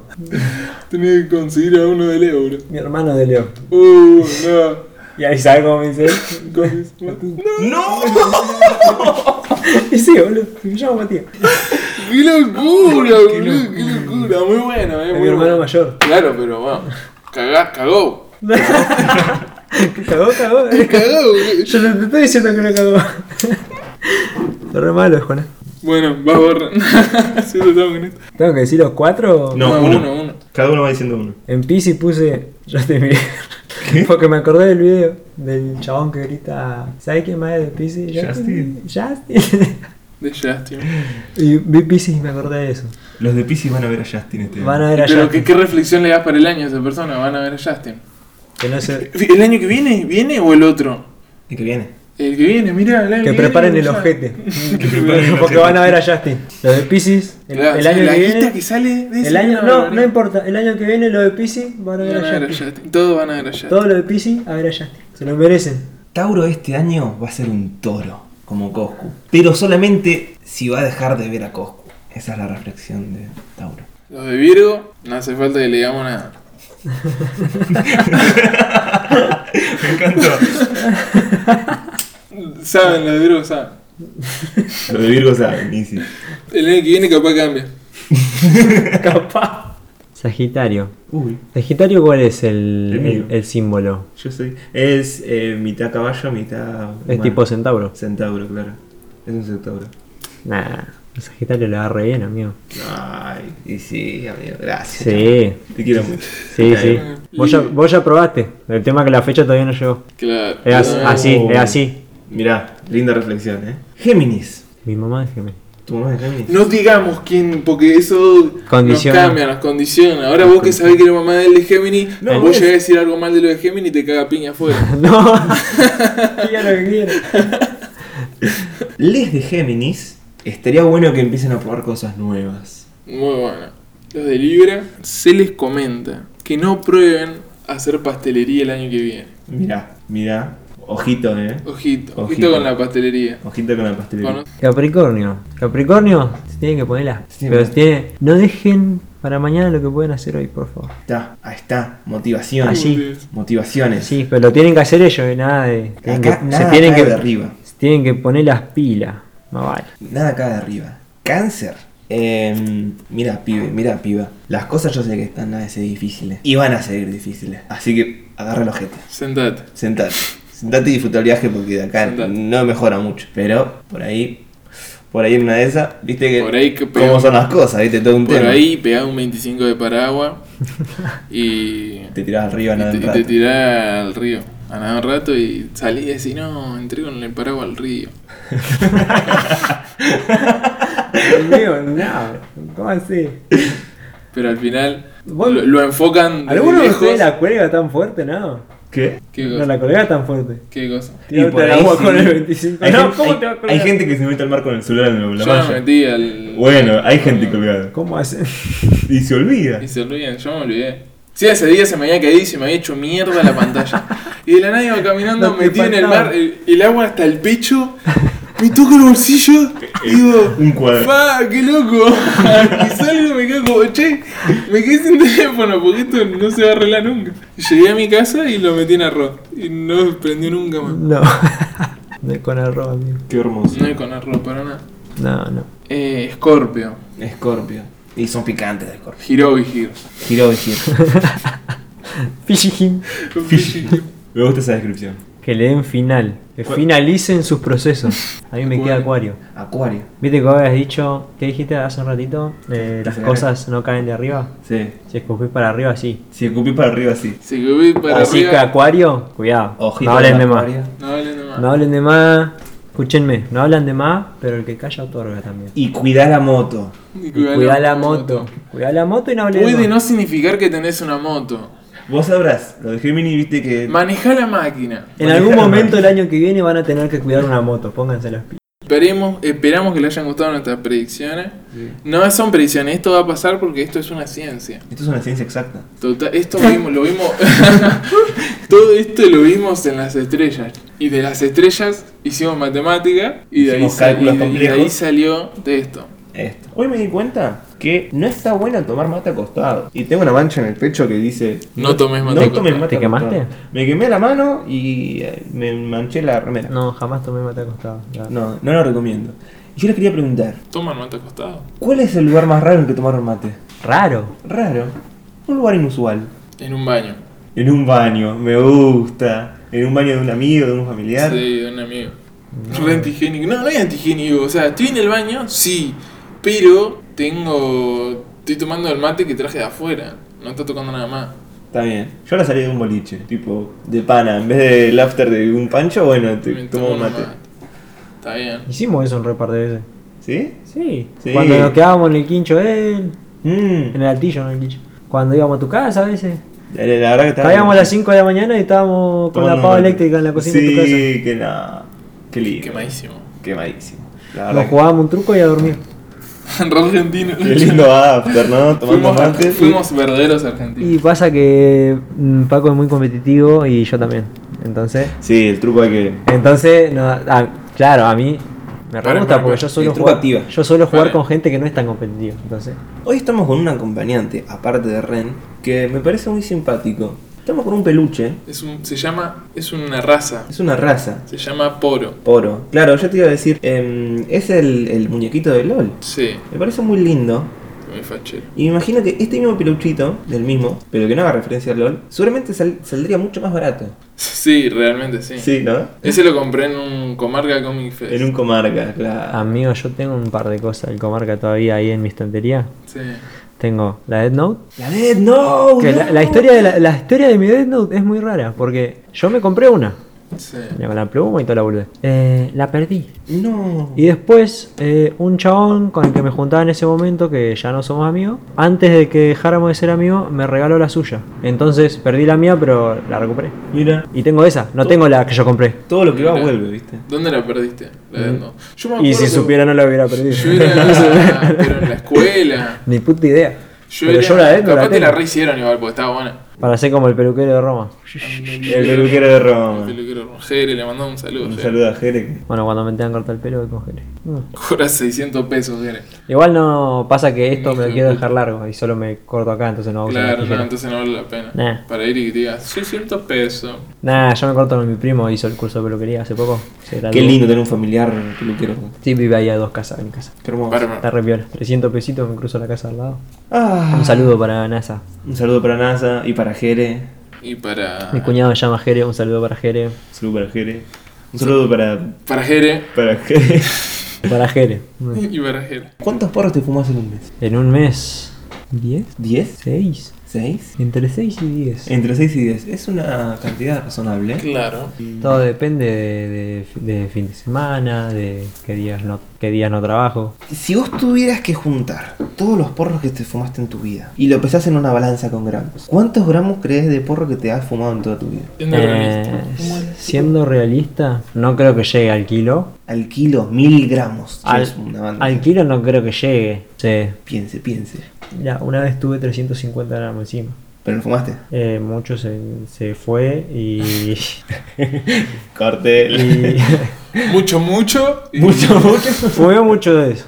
S2: Tenés que conseguir a uno de Leo, bro.
S3: Mi hermano de Leo.
S2: Uh, no.
S3: Y ahí sabe cómo me dice.
S2: Con- Matute.
S1: ¡No!
S3: Y sí, boludo. Me llamo Matías.
S2: ¡Qué locura, boludo! ¡Qué locura! Muy bueno, eh.
S3: Es mi
S2: Muy
S3: hermano
S2: bueno.
S3: mayor.
S2: Claro, pero vamos. Cagá, cagó.
S3: cagó, cagó. eh.
S2: Cagó, güey.
S3: Yo no te estoy diciendo que no cagó. Re malo, Juan.
S2: Bueno, vas a borrar. Sí, lo estamos con esto.
S3: ¿Tengo que decir los cuatro?
S1: No,
S2: uno,
S1: uno.
S2: uno.
S1: Cada uno va diciendo uno.
S3: En Pisi puse. Yo te miré. Porque me acordé del video del chabón que grita. ¿Sabes quién más es de Pisi?
S1: Justin.
S3: Justin.
S2: De Justin.
S3: y vi Pisi y me acordé de eso.
S1: Los de Pisces van a ver a Justin este año.
S3: Van a ver a
S2: Pero ¿qué,
S3: Justin.
S2: ¿qué reflexión le das para el año a esa persona? Van a ver a Justin.
S3: Que no se.
S2: ¿El año que viene? ¿Viene o el otro?
S1: ¿Y que viene?
S2: El que viene, mirá. el año
S3: Que
S2: viene,
S3: preparen el
S2: ya.
S3: ojete.
S1: Que preparen el
S3: Porque
S1: ojete.
S3: van a ver a Justin. Los de Pisces, el,
S2: Claro,
S3: el
S2: sí,
S3: año
S2: la
S3: que
S2: guita
S3: viene.
S2: que sale de ese
S3: El año,
S2: van a
S3: no,
S2: ver.
S3: no importa. El año que viene los de Pisces van a ver
S2: Van a
S3: a
S2: ver a
S3: Justin.
S2: Justin. Todos van a ver a Justin.
S3: Todos los de Pisces a ver a Justin. Se lo merecen.
S1: Tauro este año va a ser un toro, como Coscu. Pero solamente si va a dejar de ver a Coscu. Esa es la reflexión de Tauro.
S2: Los de Virgo, no hace falta que le digamos nada.
S1: Me encantó.
S2: Saben, los de Virgo saben.
S1: Lo de Virgo saben, Easy.
S2: El año que viene capaz cambia.
S3: Capaz. Sagitario.
S1: Uy,
S3: ¿Sagitario cuál es el,
S1: El mío.
S3: el- el símbolo?
S1: yo soy. Es eh, mitad caballo, mitad.
S3: ¿Es
S1: humano.
S3: tipo centauro?
S1: Centauro, claro. Es un centauro.
S3: Nah, el Sagitario le va re bien, amigo.
S1: Ay, y sí, amigo, gracias.
S3: Sí,
S1: Te quiero mucho.
S3: sí, sí. Vos ya, vos ya probaste. El tema es que la fecha todavía no llegó.
S2: Claro.
S3: Es as-
S2: No.
S3: así, es así.
S1: Mirá, linda reflexión, ¿eh? Géminis.
S3: Mi mamá es gemela.
S1: ¿Tu mamá es Géminis?
S2: No digamos quién, porque eso
S3: Condiciona.
S2: nos cambia, nos condiciona. Ahora vos que sabés que la mamá de él es Géminis,
S1: No,
S2: vos
S1: es-
S2: llegás a decir algo mal de lo de Géminis y te caga piña afuera.
S3: No. Diga lo que quiera.
S1: Les de Géminis, estaría bueno que empiecen a probar cosas nuevas.
S2: Muy bueno. Los de Libra, se les comenta que no prueben hacer pastelería el año que viene.
S1: Mirá, mirá. Ojito, eh.
S2: Ojito, ojito,
S1: Ojito.
S2: con la pastelería.
S1: Ojito con la pastelería.
S2: Con-
S3: Capricornio. Capricornio se tienen que poner las.
S1: Sí,
S3: pero
S1: bueno.
S3: se tiene. No dejen para mañana lo que pueden hacer hoy, por favor.
S1: Está, ahí está. Motivación.
S3: Allí.
S1: Motivaciones.
S3: Sí, pero lo tienen que hacer ellos, y nada de. tienen
S1: Acá
S3: que-
S1: nada
S3: se tienen
S1: cae
S3: que,
S1: de arriba.
S3: se tienen que poner las pilas. Más vale.
S1: Nada acá de arriba. Cáncer. Eh, mira, pibe, mira, piba. Las cosas yo sé que están a veces difíciles. Y van a seguir difíciles. Así que agarra el ojete.
S2: Sentate.
S1: Sentate. Sentate y disfruta el viaje porque de acá
S2: Sentate.
S1: no mejora mucho. Pero por ahí, por ahí en una de esas, viste que.
S2: Por ahí que pega-
S1: cómo son las cosas, viste, todo un
S2: Por
S1: tema.
S2: ahí pegás un 25 de paraguas y, y
S1: Te tirás arriba nada
S2: te,
S1: en
S2: y te tirás al río. A nadar un rato y salí y decís, no, entré con el paraguas al río.
S3: Amigo, no, ¿cómo así?
S2: Pero al final
S3: Vos-
S2: lo, lo enfocan desde
S3: ¿Alguno de
S2: lejos.
S3: ustedes la cuelga tan fuerte, no?
S1: ¿Qué?
S2: ¿Qué, cosa?
S3: No la cuelga tan fuerte.
S2: ¿Qué cosa?
S1: Y por
S3: Tirarte al
S1: ahí
S3: agua
S1: sí.
S3: con el 25.
S4: Hay,
S3: No,
S4: gente,
S3: ¿cómo
S4: hay-
S3: te va a
S4: hay
S3: colgar?
S4: gente que se mete al mar con el celular en la
S2: Yo me
S4: malla.
S2: metí al...
S4: Bueno, hay gente que olvida.
S3: ¿Cómo hacen?
S4: Y se olvida.
S2: Y se olvidan, yo me olvidé. Sí, ese día se me había caído y se me había hecho mierda la pantalla. Y de la nada iba caminando,
S3: No te
S2: metido en el
S3: faltaba.
S2: mar, el, el agua hasta el pecho, me toco el bolsillo, digo,
S4: Eh, Un cuadro.
S2: ¡fa! ¡Qué loco! Y salgo y me quedo como, che, me quedé sin teléfono porque esto no se va a arreglar nunca. Llegué a mi casa y lo metí en arroz. Y no prendió nunca más.
S3: No. No es con arroba, amigo.
S5: Qué hermoso.
S2: No hay con arroz para nada.
S3: No, no.
S2: Eh, Scorpio,
S1: Escorpio. Y son picantes de Scorpio.
S2: Hirobi Hiro.
S1: Giro y giro.
S3: Fishing.
S4: Me gusta esa descripción.
S3: Que le den final. Que finalicen sus procesos. A mí me queda acuario.
S1: Acuario.
S3: ¿Viste que habías dicho, que dijiste hace un ratito? Eh, las
S1: Sí.
S3: cosas no caen de arriba.
S4: Sí.
S3: Si escupís para arriba, sí.
S4: Si escupí para arriba, sí.
S2: Si que voy para
S3: Así que
S2: arriba,
S3: acuario, cuidado.
S1: Ojito
S3: no hablen de más.
S1: Acuario.
S2: no hablen de más.
S3: No hablen de más. Escúchenme, no hablan de más, pero el que calla otorga también.
S1: Y cuidá la moto.
S2: Y
S3: Y cuidá la moto. Cuidá la moto y no hablen
S2: Puede
S3: de
S2: no
S3: más.
S2: significar que tenés una moto.
S4: Vos sabrás, lo de Gemini, viste que.
S2: Manejá la máquina.
S3: En algún momento el año que viene van a tener que cuidar una moto, pónganse los pies.
S2: Esperemos, esperamos que les hayan gustado nuestras predicciones. No son predicciones, esto va a pasar porque esto es una ciencia.
S4: Esto es una ciencia exacta.
S2: Total- esto vimos- lo vimos. todo esto lo vimos en las estrellas. Y de las estrellas hicimos matemática y de, ahí,
S1: Hicimos
S2: sa- y de-
S1: cálculos
S2: y de
S1: complejos.
S2: ahí salió de esto.
S1: Esto.
S5: Hoy me di cuenta que no está bueno tomar mate acostado. Y tengo una mancha en el pecho que dice...
S2: No tomes mate
S5: No
S2: acostado".
S5: tomes mate
S3: ¿Te quemaste?
S5: acostado. Me quemé la mano y eh, me manché la remera.
S3: No, jamás tomé mate acostado. ya.
S5: No, no lo recomiendo. Y yo les quería preguntar,
S2: Toman mate acostado.
S5: ¿cuál es el lugar más raro en que tomaron mate?
S3: Raro.
S5: Raro. Un lugar inusual.
S2: En un baño.
S4: En un baño, me gusta. En un baño de un amigo, de un familiar.
S2: Sí, de un amigo. Re antihigiénico. No, no es antihigiénico. O sea, estoy en el baño, sí. Pero tengo. Estoy tomando el mate que traje de afuera. No está tocando nada más.
S4: Está bien. Yo ahora salí de un boliche, tipo.
S5: De pana, en vez del after de un pancho, bueno, te
S2: Me
S5: tomo un
S2: tomo
S5: mate.
S2: Está bien.
S3: Hicimos eso un repar de veces.
S4: ¿Sí?
S3: Sí.
S4: Sí.
S3: Cuando nos quedábamos en el quincho de él,
S5: Mm,
S3: en el altillo, no en el quincho. Cuando íbamos a tu casa a veces.
S4: La, la verdad que estaba.
S3: Caíamos a las 5 de la mañana y estábamos con la
S4: tomando
S3: pava
S4: mate.
S3: eléctrica en la cocina
S4: sí,
S3: de tu casa.
S4: que nada. Qué lindo.
S2: Quemadísimo.
S4: Quemadísimo. La
S3: Nos
S4: verdad. que-
S3: jugábamos un truco y a dormir.
S2: Re argentino.
S4: Qué lindo after, ¿no? Tomando
S2: Fuimos,
S4: mate.
S2: fuimos verdaderos argentinos.
S3: Y pasa que mm, Paco es muy competitivo y yo también. Entonces,
S4: Sí, el truco hay que.
S3: entonces no, ah, claro, a mí me re
S2: Paren,
S3: gusta
S2: paren,
S3: porque
S2: paren.
S3: yo suelo
S1: El truco
S3: jugar,
S1: activa.
S3: yo suelo jugar
S2: Paren.
S3: con gente que no es tan competitiva. Entonces,
S1: Hoy estamos con un acompañante, aparte de Ren, que me parece muy simpático. Estamos con un peluche,
S2: Es un, se llama. Es una raza.
S1: es una raza.
S2: Se llama poro.
S1: Poro. Claro, yo te iba a decir, em, es el, el muñequito de LOL.
S2: Sí,
S1: Me parece muy lindo.
S2: muy fachero.
S1: Y me imagino que este mismo peluchito, del mismo, pero que no haga referencia a LOL, seguramente sal- saldría mucho más barato.
S2: Sí, realmente sí.
S4: Sí, ¿no?
S2: Ese lo compré en un comarca Comic Fest.
S4: En un comarca,
S1: Ah.
S4: claro.
S3: amigo, yo tengo un par de cosas del comarca todavía ahí en mi estantería.
S2: Sí.
S3: Tengo la Dead Note.
S1: ¡La Dead no!
S3: que la, la historia de la, la historia de mi Dead Note es muy rara porque yo me compré una.
S2: Sí.
S3: Tenía Con la pluma y toda la boludez. Eh, la perdí.
S1: No.
S3: Y después, eh, un chabón con el que me juntaba en ese momento, que ya no somos amigos, antes de que dejáramos de ser amigos, me regaló la suya. Entonces perdí la mía, pero la recuperé.
S1: Mira,
S3: Y tengo esa, no tengo la que yo compré.
S1: todo lo que va
S2: Mira.
S1: vuelve, ¿viste?
S2: ¿Dónde la perdiste? La de- no. Yo me
S3: Y
S2: acuerdo
S3: si
S2: que
S3: supiera, no la hubiera perdido.
S2: Yo era pero en la escuela.
S3: Ni puta idea.
S2: Yo
S3: pero
S2: era-
S3: yo la Dead Note
S2: capaz
S3: la
S2: te la
S3: tengo.
S2: rehicieron igual porque estaba buena.
S3: Para ser como el peluquero de Roma.
S4: El peluquero de
S1: Ah,
S4: Roma.
S2: El peluquero Rogere, le mandó un saludo.
S4: Un
S2: Jere.
S4: saludo a Jere.
S3: Bueno, cuando me tengan cortar el pelo, me congelé. Mm.
S2: Cobra 600 pesos, Jere.
S3: Igual no pasa que esto me
S2: Hijo
S3: lo
S2: de
S3: quiero
S2: puta.
S3: dejar largo y solo me corto acá, entonces no vamos a usar
S2: Claro,
S3: la
S2: no,
S3: tijera.
S2: entonces no vale la pena.
S3: Nah.
S2: Para ir y que digas, 600 pesos.
S3: Nah, yo me corto con mi primo, hizo el curso de peluquería hace poco. se graduó.
S1: Qué lindo tener un familiar peluquero.
S3: Sí, vive ahí a dos casas en mi casa.
S1: Qué hermoso.
S2: Para,
S3: Está re piola. 300 pesitos, me cruzo la casa al lado.
S1: Ah.
S3: Un saludo para NASA.
S1: Un saludo para NASA y para Jere.
S2: y para.
S3: Mi cuñado se llama Jere, un saludo para Jere.
S1: Un saludo para Jere. Un saludo para,
S2: Para Jere
S1: para Jere.
S3: Para Jere.
S2: y para Jere.
S1: ¿Cuántos porros te fumas en un mes?
S3: En un mes. ¿10?
S1: ¿10?
S3: ¿6?
S1: ¿6?
S3: Entre 6 y 10.
S1: Entre 6 y 10. Es una cantidad razonable.
S2: Claro.
S3: Todo depende de, de- de fin de semana, de qué días no, qué días no trabajo.
S1: Si vos tuvieras que juntar todos los porros que te fumaste en tu vida y lo pesás en una balanza con gramos, ¿cuántos gramos crees de porro que te has fumado en toda tu vida?
S2: Siendo
S3: Eh,
S2: realista. ¿Cómo es?
S3: siendo realista, no creo que llegue al kilo.
S1: Al kilo, mil gramos. Ya
S3: Al,
S1: es una banda.
S3: al kilo no creo que llegue. Sí.
S1: Piense, piense.
S3: Mira, una vez tuve 350 gramos encima.
S1: ¿Pero lo fumaste?
S3: Eh, mucho se, se fue y,
S1: Corte.
S3: y
S2: Mucho, mucho. y-
S1: Mucho, mucho.
S3: fumé mucho de eso.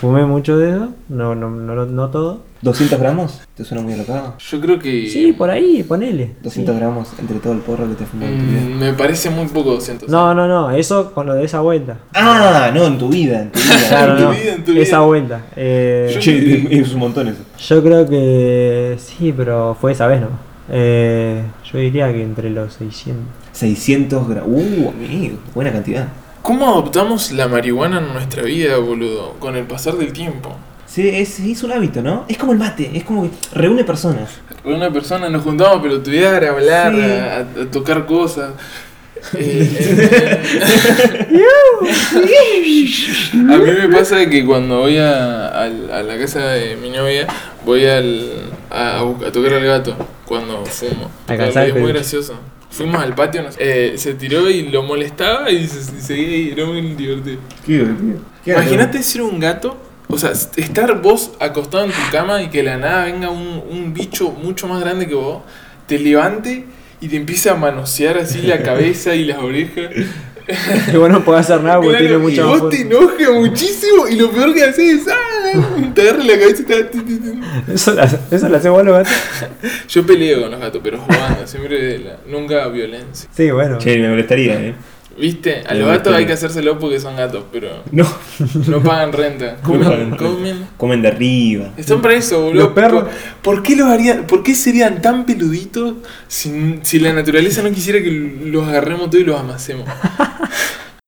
S3: Fumé mucho de eso, no, no, no, lo- no todo.
S1: ¿200 gramos? ¿Te suena muy alocado?
S2: Yo creo que.
S3: Sí, por ahí, ponele.
S1: 200 gramos entre todo el porro que te fumó en tu vida.
S2: Mm, me parece muy poco 200.
S3: No, no, no, eso con lo de esa vuelta.
S1: Ah, no, en tu vida, en tu vida.
S2: En tu
S3: Claro, no,
S2: vida, en tu vida.
S3: Esa vuelta. Eh,
S4: Che, es un montón eso.
S3: yo creo que sí, pero fue esa vez nomás. Eh, yo diría que entre los 600.
S1: 600 gramos. Uh, amigo, buena cantidad.
S2: ¿Cómo adoptamos la marihuana en nuestra vida, boludo? Con el pasar del tiempo.
S1: Sí, es, se hizo un hábito, ¿no? Es como el mate, es como que reúne personas.
S2: Con una persona nos juntamos a pelotudear, a hablar,
S1: Sí.
S2: a, a tocar cosas. Eh, a mí me pasa que cuando voy a, a- a la casa de mi novia, voy al, a, a bu- a tocar al gato cuando fumo.
S3: Alcanzar el
S2: es muy
S3: peluche.
S2: gracioso. Fuimos al patio, nos- eh, se tiró y lo molestaba y, se, y seguía ahí, era muy divertido.
S4: Qué divertido.
S2: Imagínate ser un gato, o sea, estar vos acostado en tu cama y que de la nada venga un, un bicho mucho más grande que vos, te levante y te empiece a manosear así la cabeza y las orejas.
S3: Y vos no podés hacer nada porque
S2: Claro,
S3: Ah, tiene
S2: y
S3: mucha más
S2: vos
S3: fuerza.
S2: te enojas muchísimo y lo peor que haces es ¡ah! te agarra la cabeza y te ti, ti, ti.
S3: Eso la, eso la hace vos los gatos.
S2: Yo peleo con los gatos, pero jugando, siempre la- nunca violencia.
S3: Sí, bueno.
S4: Che, me molestaría, eh.
S2: ¿Viste? A los
S4: Me
S2: gatos
S4: gusta.
S2: hay que hacérselo porque son gatos, pero
S4: No.
S2: no pagan renta.
S4: No pagan
S2: Comen,
S4: renta.
S2: comen.
S4: Comen de arriba.
S2: Están para eso, boludo.
S3: Los perros.
S2: ¿Por, por qué los harían, por qué serían tan peluditos si, si la naturaleza no quisiera que los agarremos todos y los amacemos?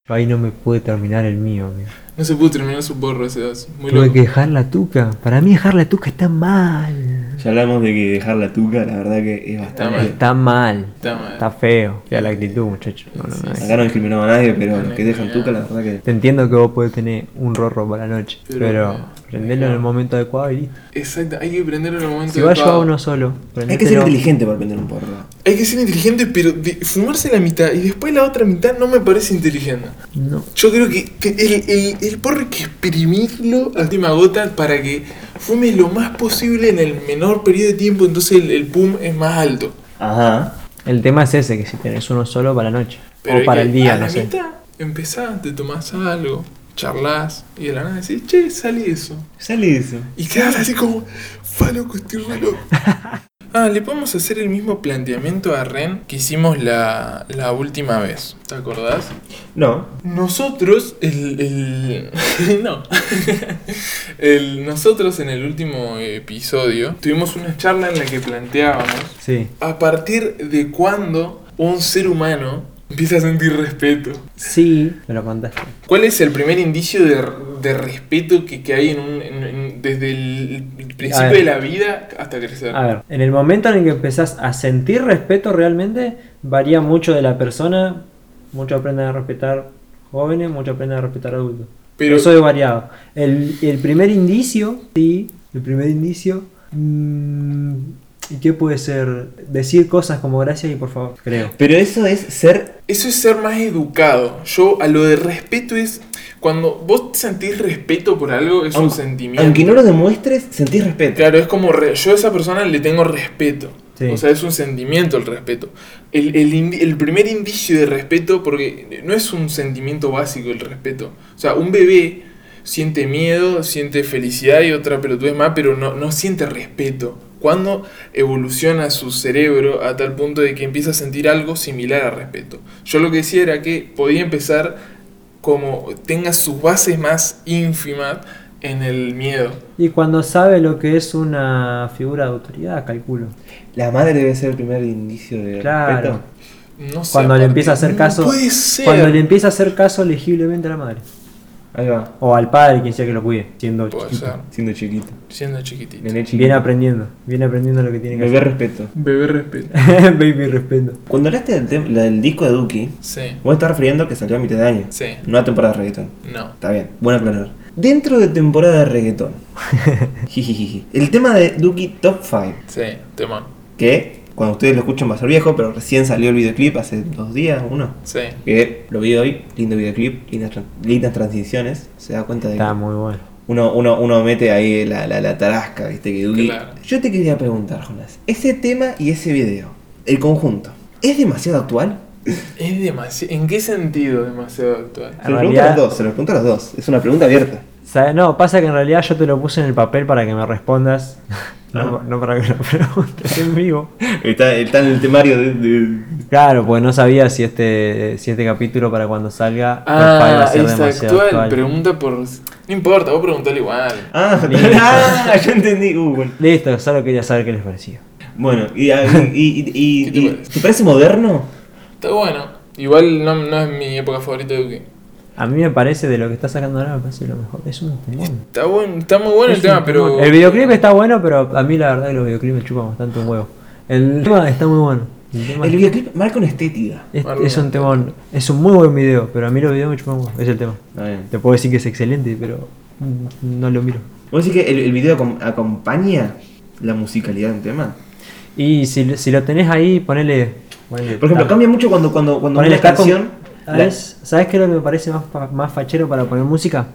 S3: Ahí no me pude terminar el mío, amigo.
S2: No se pudo terminar su porro ese dos. Muy
S3: Tuve
S2: loco.
S3: que dejar la tuca. Para mí dejar la tuca está mal.
S4: Ya hablamos de que dejar la tuca, la verdad que es
S2: Está
S4: bastante.
S2: mal.
S3: Está mal.
S2: Está mal.
S3: Está feo. Fea la actitud, muchacho. No, no, no.
S4: Acá no discriminamos a nadie, pero los que dejan tuca, la verdad que.
S3: Te entiendo que vos podés tener un rorro para la noche,
S2: Pero-
S3: pero, prendelo en el momento adecuado y listo.
S2: Exacto, hay que prenderlo en el momento
S3: Si vas a llevar
S2: adecuado.
S3: uno solo,
S1: Hay que ser
S3: prendetelo.
S1: inteligente para prender un porro.
S2: Hay que ser inteligente, pero de- fumarse la mitad y después la otra mitad no me parece inteligente.
S3: No.
S2: Yo creo que, que el, el, el porro hay que exprimirlo a última gota para que fumes lo más posible en el menor periodo de tiempo, entonces el, el boom es más alto.
S1: Ajá.
S3: El tema es ese, que si tenés uno solo para la noche.
S2: Pero
S3: o para
S2: es
S3: el
S2: que
S3: día,
S2: a
S3: no
S2: la
S3: sé.
S2: mitad empezás, te tomás algo, charlas y de la nada decís, che, sale eso.
S4: Sale eso.
S2: Y quedas así como, fa loco, estoy re loco". Ah, le podemos hacer el mismo planteamiento a Ren que hicimos la, la última vez. ¿Te acordás?
S1: No.
S2: Nosotros, el. el- no. El- nosotros en el último episodio tuvimos una charla en la que planteábamos
S3: Sí.
S2: a partir de cuándo un ser humano empieza a sentir respeto.
S3: Sí, me lo contaste.
S2: ¿Cuál es el primer indicio de, de respeto que, que hay en un, en- en- desde el, el principio
S3: ver.
S2: de la vida hasta crecer?
S3: A ver, en el momento en el que empezás a sentir respeto realmente, varía mucho de la persona. Muchos aprenden a respetar jóvenes, muchos aprenden a respetar adultos.
S2: Pero-
S3: Eso es variado. El, el primer indicio, sí, el primer indicio. mm, ¿Y qué puede ser? Decir cosas como gracias y por favor, creo.
S1: Pero eso es ser.
S2: Eso es ser más educado. Yo a lo de respeto es cuando vos sentís respeto por algo es un
S1: aunque-
S2: sentimiento.
S1: Aunque no lo demuestres, sentís respeto.
S2: Claro, es como re- yo a esa persona le tengo respeto.
S3: Sí.
S2: O sea, es un sentimiento el respeto. El, el indi- el primer indicio de respeto, porque no es un sentimiento básico el respeto. O sea, un bebé siente miedo, siente felicidad y otra pelotudez más, pero no, no siente respeto. Cuando evoluciona su cerebro a tal punto de que empieza a sentir algo similar al respeto. Yo lo que decía era que podía empezar como tenga sus bases más ínfimas en el miedo.
S3: Y cuando sabe lo que es una figura de autoridad, calculo.
S1: La madre debe ser el primer indicio de
S3: Claro.
S1: respeto.
S2: No sé,
S3: Cuando le
S2: aparte,
S3: empieza a hacer
S2: no
S3: caso.
S2: Mm, puede ser.
S3: Cuando le empieza a hacer caso legiblemente a la madre.
S1: Ahí va,
S3: O al padre, quien sea que lo cuide, siendo
S2: Puede
S3: chiquito.
S2: ser,
S1: siendo chiquito.
S2: siendo chiquitito.
S1: Nene
S3: Viene
S1: chiquito.
S3: aprendiendo, viene aprendiendo lo que tiene que
S1: Bebé respeto.
S2: Bebé respeto.
S3: hacer. Baby respeto.
S1: Cuando hablaste del, tem- la del disco de Duki,
S2: Sí,
S1: vos estás refiriendo que salió a mitad de año.
S2: sí,
S1: No a temporada de reggaetón.
S2: no.
S1: Está bien, bueno aclarar. Dentro de temporada de reggaetón, jijijiji, el tema de Duki Top 5,
S2: Sí, temón.
S1: que cuando ustedes lo escuchan va a ser viejo, pero recién salió el videoclip hace dos días, uno.
S2: Sí.
S1: Que lo vi hoy, lindo videoclip, lindas, tran- lindas transiciones. Se da cuenta de que
S3: Está muy bueno.
S1: uno, uno, uno mete ahí la, la, la tarasca, viste que Duki.
S2: Claro.
S1: Yo te quería preguntar, Jonas, ese tema y ese video, el conjunto, ¿es demasiado actual?
S2: Es demasiado. ¿En qué sentido demasiado actual?
S1: Se lo pregunto a
S3: realidad-
S1: los dos, se lo pregunto a los dos. Es una pregunta abierta.
S3: Sabe- No, pasa que en realidad yo te lo puse en el papel para que me respondas.
S2: Ah.
S3: No, no para que lo preguntes en vivo.
S1: Está, está en el temario de- de,
S3: Claro, porque no sabía si este, si este capítulo para cuando salga pues, Top Five
S2: Ah, es actual. Pregunta por. No importa, vos preguntale igual.
S1: Ah,
S3: Listo.
S1: ah, yo entendí. Uh, bueno.
S3: Listo, solo quería saber qué les parecía.
S1: Bueno, y, a- y, y- y-
S2: ¿Qué te
S1: y-
S2: parece?
S1: ¿te parece moderno?
S2: Está bueno. Igual no, no es mi época favorita de Duque.
S3: A mí me parece de lo que está sacando ahora, me parece lo mejor. Es un temón.
S2: Está bueno, está muy bueno el
S3: Es un
S2: tema, pero.
S3: temón. El videoclip está bueno, pero a mí la verdad que los videoclips me chupan bastante un huevo. El tema está muy bueno. El tema
S1: El videoclip marca una estética.
S3: es, es un temón. Es un muy buen video, pero a mí los videos me chupan un huevo. Es el tema. Te puedo decir que es excelente, pero mm, no lo miro.
S1: ¿Vos decís que el, el video acom- acompaña la musicalidad de un tema?
S3: Y si, si lo tenés ahí, ponele. ponele
S1: Por ejemplo,
S3: ah,
S1: cambia mucho cuando, cuando, cuando una
S3: ponele está con-
S1: canción. la-
S3: ¿Sabes, ¿Sabes qué es lo que me parece más, fa- más fachero para poner música?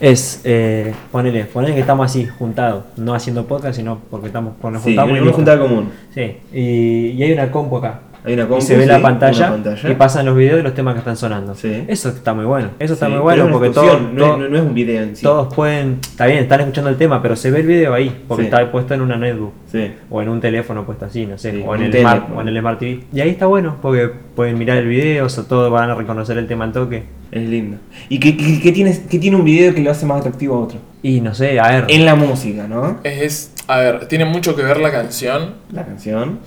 S3: Es eh, ponele, ponele que estamos así, juntados. No haciendo podcast, sino porque estamos porque nos
S1: sí,
S3: juntamos.
S1: una,
S3: y
S1: una
S3: listo.
S1: juntada común.
S3: Sí, y, y hay una compu acá.
S1: Hay una
S3: y
S1: compu,
S3: se ve
S1: sí,
S3: la
S1: una
S3: pantalla,
S1: pantalla.
S3: y pasan los videos y los temas que están sonando.
S1: Sí.
S3: Eso está muy bueno. Eso está
S1: Sí,
S3: muy
S1: pero
S3: bueno
S1: es una
S3: porque todo,
S1: excursión, no,
S3: todo-
S1: es, no- no es un video en sí.
S3: todos pueden. Está bien, están escuchando el tema, pero se ve el video ahí porque
S1: Sí.
S3: está puesto en una netbook.
S1: Sí.
S3: O en un teléfono puesto así, no sé,
S1: Sí,
S3: o, en
S1: un
S3: el
S1: tele,
S3: smart,
S1: ¿no?
S3: o en el Smart TV. Y ahí está bueno, porque pueden mirar el video, o sea, todos van a reconocer el tema en toque.
S1: Es lindo. ¿Y qué, qué- qué tienes- qué tiene un video que lo hace más atractivo a otro?
S3: Y no sé, a ver,
S1: En la música, ¿no?
S2: Es, es- A ver, tiene mucho que ver la canción
S1: La canción.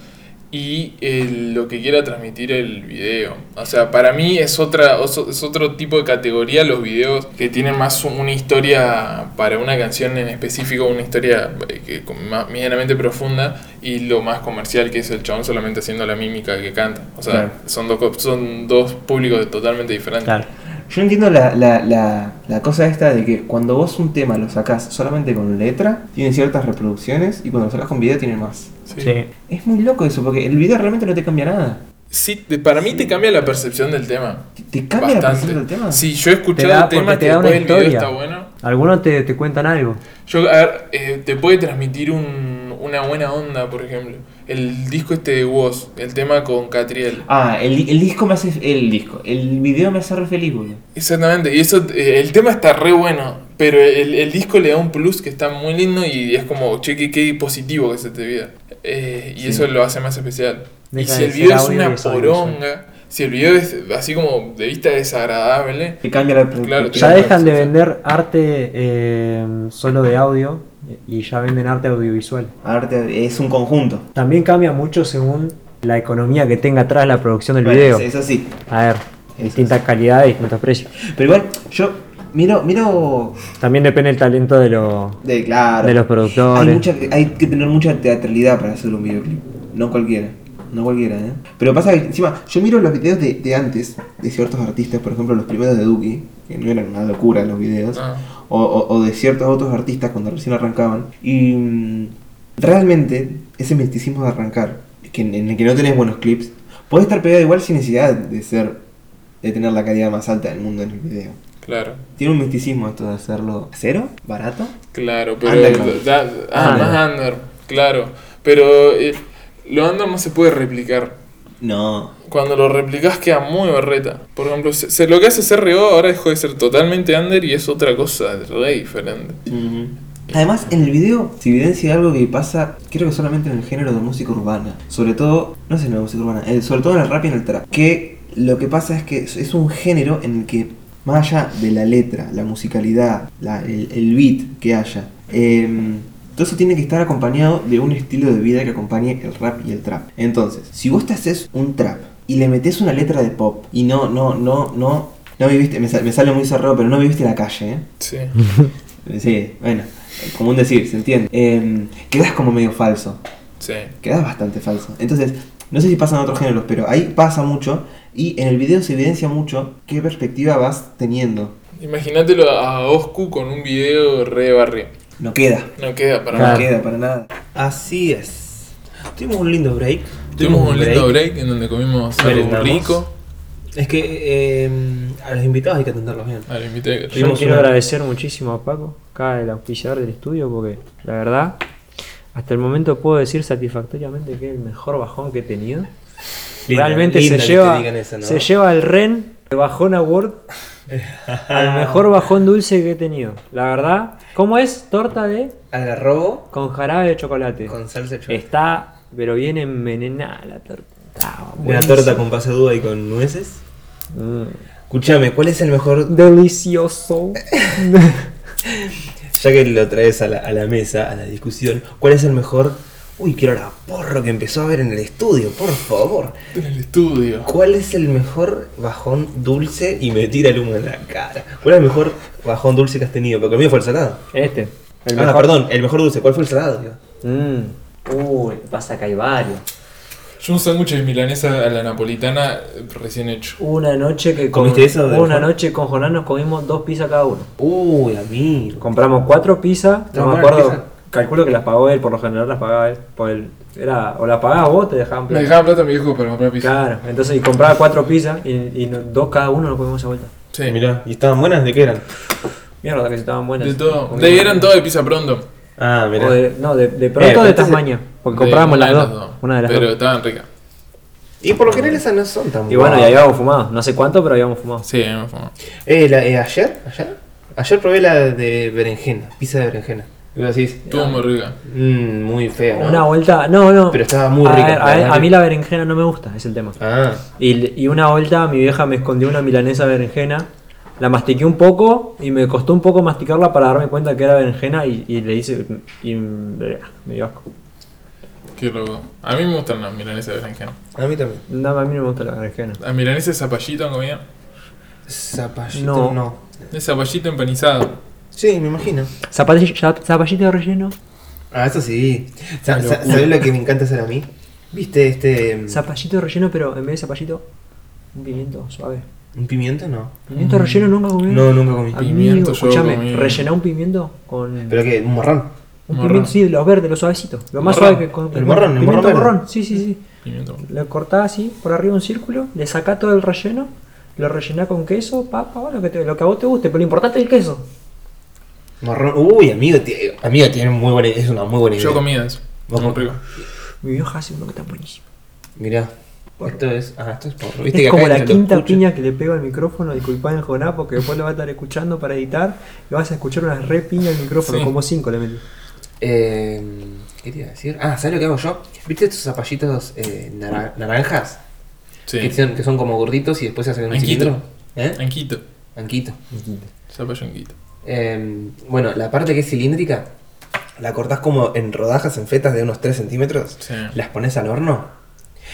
S2: y el- lo que quiera transmitir el video. O sea, para mí es, otra, oso- es otro tipo de categoría los videos que tienen más un- una historia para una canción en específico, una historia eh, que, con- más, medianamente profunda y lo más comercial que es el chabón solamente haciendo la mímica que canta. O sea,
S1: Claro.
S2: son, dos, co- son dos públicos totalmente diferentes.
S3: claro,
S1: Yo entiendo la, la, la, la cosa esta de que cuando vos un tema lo sacás solamente con letra, tiene ciertas reproducciones y cuando lo sacás con video tiene más.
S2: Sí.
S3: sí.
S1: Es muy loco eso, porque el video realmente no te cambia nada.
S2: Sí, te- para mí te cambia la percepción del tema.
S1: ¿Te- ¿Te cambia la
S2: bastante.
S1: percepción del tema?
S2: Sí, yo he
S3: Te
S2: escuchado
S3: da, porque
S2: temas
S3: te
S2: que
S3: da una
S2: después el video
S3: historia.
S2: está bueno.
S3: Algunos te, te cuentan algo.
S2: Yo, a ver, eh, te puede transmitir un- una buena onda, por ejemplo. El disco este de Woz, el tema con Catriel.
S1: Ah, el, el disco me hace. El disco. El video me hace re feliz, boludo.
S2: Exactamente, y eso, eh, el tema está re bueno, pero el, el disco le da un plus que está muy lindo y es como, che, qué, qué positivo que se te vea. Eh, y eso lo hace más especial.
S3: Deja
S2: y si
S3: de
S2: el
S3: ser
S2: video es
S3: audio y
S2: una
S3: es audio, sí.
S2: poronga, si el video es así como de vista desagradable,
S1: Te cambia la percepción.
S2: Claro, te
S3: Ya
S2: da
S3: dejan de
S2: percepción.
S3: vender arte eh, solo de audio y ya venden arte audiovisual.
S1: Arte es un conjunto.
S3: También cambia mucho según la economía que tenga atrás la producción del
S1: Bueno,
S3: video.
S1: es- es así.
S3: A ver, distintas calidades, distintos precios.
S1: Pero igual, yo miro, miro
S3: También depende el talento de los
S1: de claro.
S3: De los productores.
S1: Hay, mucha- hay que tener mucha teatralidad para hacer un videoclip. No cualquiera. No cualquiera, ¿eh? Pero pasa que encima, yo miro los videos de, de antes, de ciertos artistas, por ejemplo, los primeros de Duki, que no eran una locura los videos,
S2: Ah.
S1: o, o- o de ciertos otros artistas cuando recién arrancaban. Y mm, realmente, ese misticismo de arrancar, que en, en el que no tenés buenos clips, podés estar pegado igual sin necesidad de ser de tener la calidad más alta del mundo en el video.
S2: claro.
S1: Tiene un misticismo esto de hacerlo cero, barato.
S2: Claro, pero.
S1: Underground.
S2: da- da- ah,
S3: Underground.
S2: más under, claro. Pero eh, lo under no se puede replicar.
S1: No.
S2: Cuando lo replicás queda muy berreta. Por ejemplo, se, se- lo que hace CRO ahora dejó de ser totalmente under y es otra cosa re diferente.
S1: Además, en el video se evidencia algo que pasa, creo que solamente en el género de música urbana. Sobre todo, no sé si en la música urbana, eh, sobre todo en el rap y en el trap. Que lo que pasa es que es- es un género en el que, más allá de la letra, la musicalidad, la- el, el beat que haya, em, todo eso tiene que estar acompañado de un estilo de vida que acompañe el rap y el trap. Entonces, si vos te haces un trap y le metes una letra de pop y no, no, no, no, no viviste, me, sa- me sale muy cerrado, pero no viviste la calle, ¿eh?
S2: Sí.
S1: Sí, bueno, como un decir, se entiende. Eh, quedas como medio falso,
S2: Sí.
S1: quedas bastante falso. Entonces, no sé si pasa en otros géneros, pero ahí pasa mucho y en el video se evidencia mucho qué perspectiva vas teniendo.
S2: Imagínatelo a Oscu con un video re barrio.
S1: No queda,
S2: No queda para
S1: no
S3: Claro.
S2: nada.
S1: queda para nada.
S5: Así es. Tuvimos un lindo break.
S2: Tuvimos un lindo break en donde comimos algo
S5: Merendamos.
S2: rico.
S5: Es que eh, a los invitados hay que atenderlos bien.
S2: A la invité.
S3: Yo
S5: Tuvimos
S3: quiero
S5: una-
S3: agradecer muchísimo a Paco, acá el auspiciador del estudio, porque la verdad, hasta el momento puedo decir satisfactoriamente que es el mejor bajón que he tenido.
S5: Lindo,
S3: Realmente
S5: lindo
S3: se,
S5: que te
S3: lleva,
S5: digan eso, ¿no?
S3: se lleva el REN de Bajón Award al mejor bajón dulce que he tenido. La verdad, ¿cómo es? Torta de
S5: Algarrobo
S3: con jarabe de chocolate.
S5: con salsa de chocolate.
S3: Está, pero bien envenenada la torta. Ah,
S5: Una
S3: buenísimo.
S5: torta con pasadúa y con nueces.
S3: Mm,
S5: Escúchame, ¿cuál es el mejor?
S3: Delicioso.
S5: Ya que lo traes a la, a la mesa, a la discusión, ¿cuál es el mejor? Uy, qué hora porro que empezó a ver en el estudio, por favor.
S2: En el estudio.
S5: ¿Cuál es el mejor bajón dulce? Y me tira el humo en la cara. ¿Cuál es el mejor bajón dulce que has tenido? Porque el mío fue el salado.
S3: Este. El
S5: ah,
S3: mejor.
S5: perdón, el mejor dulce. ¿Cuál fue el salado? tío?
S3: Mm. Uy, pasa que hay varios.
S2: Yo un sándwich de milanesa a la napolitana eh, recién hecho.
S3: Una noche que
S5: ¿Comiste eso de
S3: una
S5: mejor?
S3: noche con Jonás nos comimos dos pizzas cada uno.
S5: Uy, amigo.
S3: Compramos cuatro pizzas, no me
S5: ¿Compramos
S3: acuerdo.
S5: pizza?
S3: Calculo que las pagó él, por lo general las pagaba él. Por el, era, o las pagabas vos, te dejaban
S2: Me
S3: plata.
S2: dejaba plata a mi viejo para comprar pizza.
S3: Claro, entonces y compraba cuatro pizzas y, y no- dos cada uno nos comimos a vuelta.
S2: Sí.
S5: Mirá, ¿y estaban buenas? ¿De qué eran?
S3: Mierda, que estaban buenas.
S2: De todo.
S3: Comimos-
S2: De eran todo de pizza pronto.
S5: Ah,
S3: o
S5: mirá.
S3: de- no, de, de
S5: Eh,
S3: pronto
S5: pero
S3: de
S5: entonces-
S3: Tasmania, porque
S2: De
S3: comprábamos
S2: una
S3: las
S2: de
S3: dos, Una de las
S2: Pero
S3: dos.
S2: estaban ricas.
S5: Y por lo general esas no son tan
S3: Y bueno, y
S5: buenas.
S3: habíamos fumado, no sé cuánto, pero habíamos fumado.
S2: Sí, a mí me fumó.
S5: Eh, la- eh, ¿Ayer? ¿Ayer? Ayer probé la de berenjena, pizza de berenjena. Y vos decís,
S2: Estuvo muy rica.
S5: mmm, muy fea, ¿no?
S3: Una vuelta, no, no.
S5: Pero estaba muy
S3: A
S5: rica,
S3: ver,
S5: la
S3: a, ver,
S5: verdad
S3: a
S5: que-
S3: mí la berenjena no me gusta, es el tema.
S5: Ah,
S3: Y, y una vuelta mi vieja me escondió una milanesa berenjena. La mastiqué un poco y me costó un poco masticarla para darme cuenta que era berenjena y, y le hice. Y, me dio asco.
S2: Qué loco. A mí me gustan las milanesas de berenjena.
S5: a mí también.
S3: No, a mí no me gusta la berenjena.
S2: Las milanesas de zapallito han comido.
S5: Zapallito,
S3: No.
S5: no.
S2: Es zapallito empanizado.
S5: Sí, me imagino.
S3: Zapatilla- zap- zapallito de relleno.
S5: Ah, eso sí. Sa-
S3: Una
S5: sa-
S3: locura.
S5: ¿Sabés lo que me encanta hacer a mí? ¿Viste este. mm,
S3: Zapallito de relleno, pero en vez de zapallito, un pimiento suave.
S5: ¿Un pimiento? No.
S3: ¿Pimiento de relleno nunca comí?
S5: Mm. No, nunca comí.
S3: Amigo,
S2: pimiento yo comí.
S3: escúchame, rellená un pimiento con.
S5: ¿Pero qué? ¿Un morrón?
S3: Un
S2: Morrón.
S3: pimiento, sí, los verdes, los suavecitos. Lo más
S2: Morrón.
S3: suave que con.
S5: El morrón, el
S3: pimiento
S5: morrón verde.
S3: morrón. Sí, sí, sí.
S2: Pimiento.
S3: Lo cortás así, por arriba un círculo, le sacás todo el relleno, lo rellenás con queso, papa, lo que, te- lo que a vos te guste, pero lo importante es el queso.
S5: Morrón. Uy, amigo, ti- amigo, tiene muy buena Es una muy buena idea.
S2: Yo comía eso.
S5: Vos
S2: Muy
S5: com-
S2: rico.
S3: Mi vieja hace uno que está buenísimo.
S5: Mirá. Esto es. Ah, esto es porro. ¿Viste que
S3: Es
S5: acá
S3: como la
S5: entre los
S3: quinta
S5: cuchos-
S3: piña que le pego al micrófono, disculpá en Joná, porque después lo vas a estar escuchando para editar y vas a escuchar una re piña al micrófono,
S2: Sí.
S3: como cinco le metí.
S5: Eh, ¿Qué te iba a decir? Ah, ¿sabes lo que hago yo? ¿Viste estos zapallitos eh, nara- naranjas?
S2: Sí.
S5: Que, son, que son como gorditos y después se hacen un
S2: Anquito.
S5: cilindro. ¿Eh?
S2: Anquito.
S5: Anquito.
S2: Zapallo anquito.
S5: Eh, bueno, la parte que es cilíndrica, la cortás como en rodajas, en fetas de unos 3 centímetros.
S2: Sí.
S5: Las pones al horno.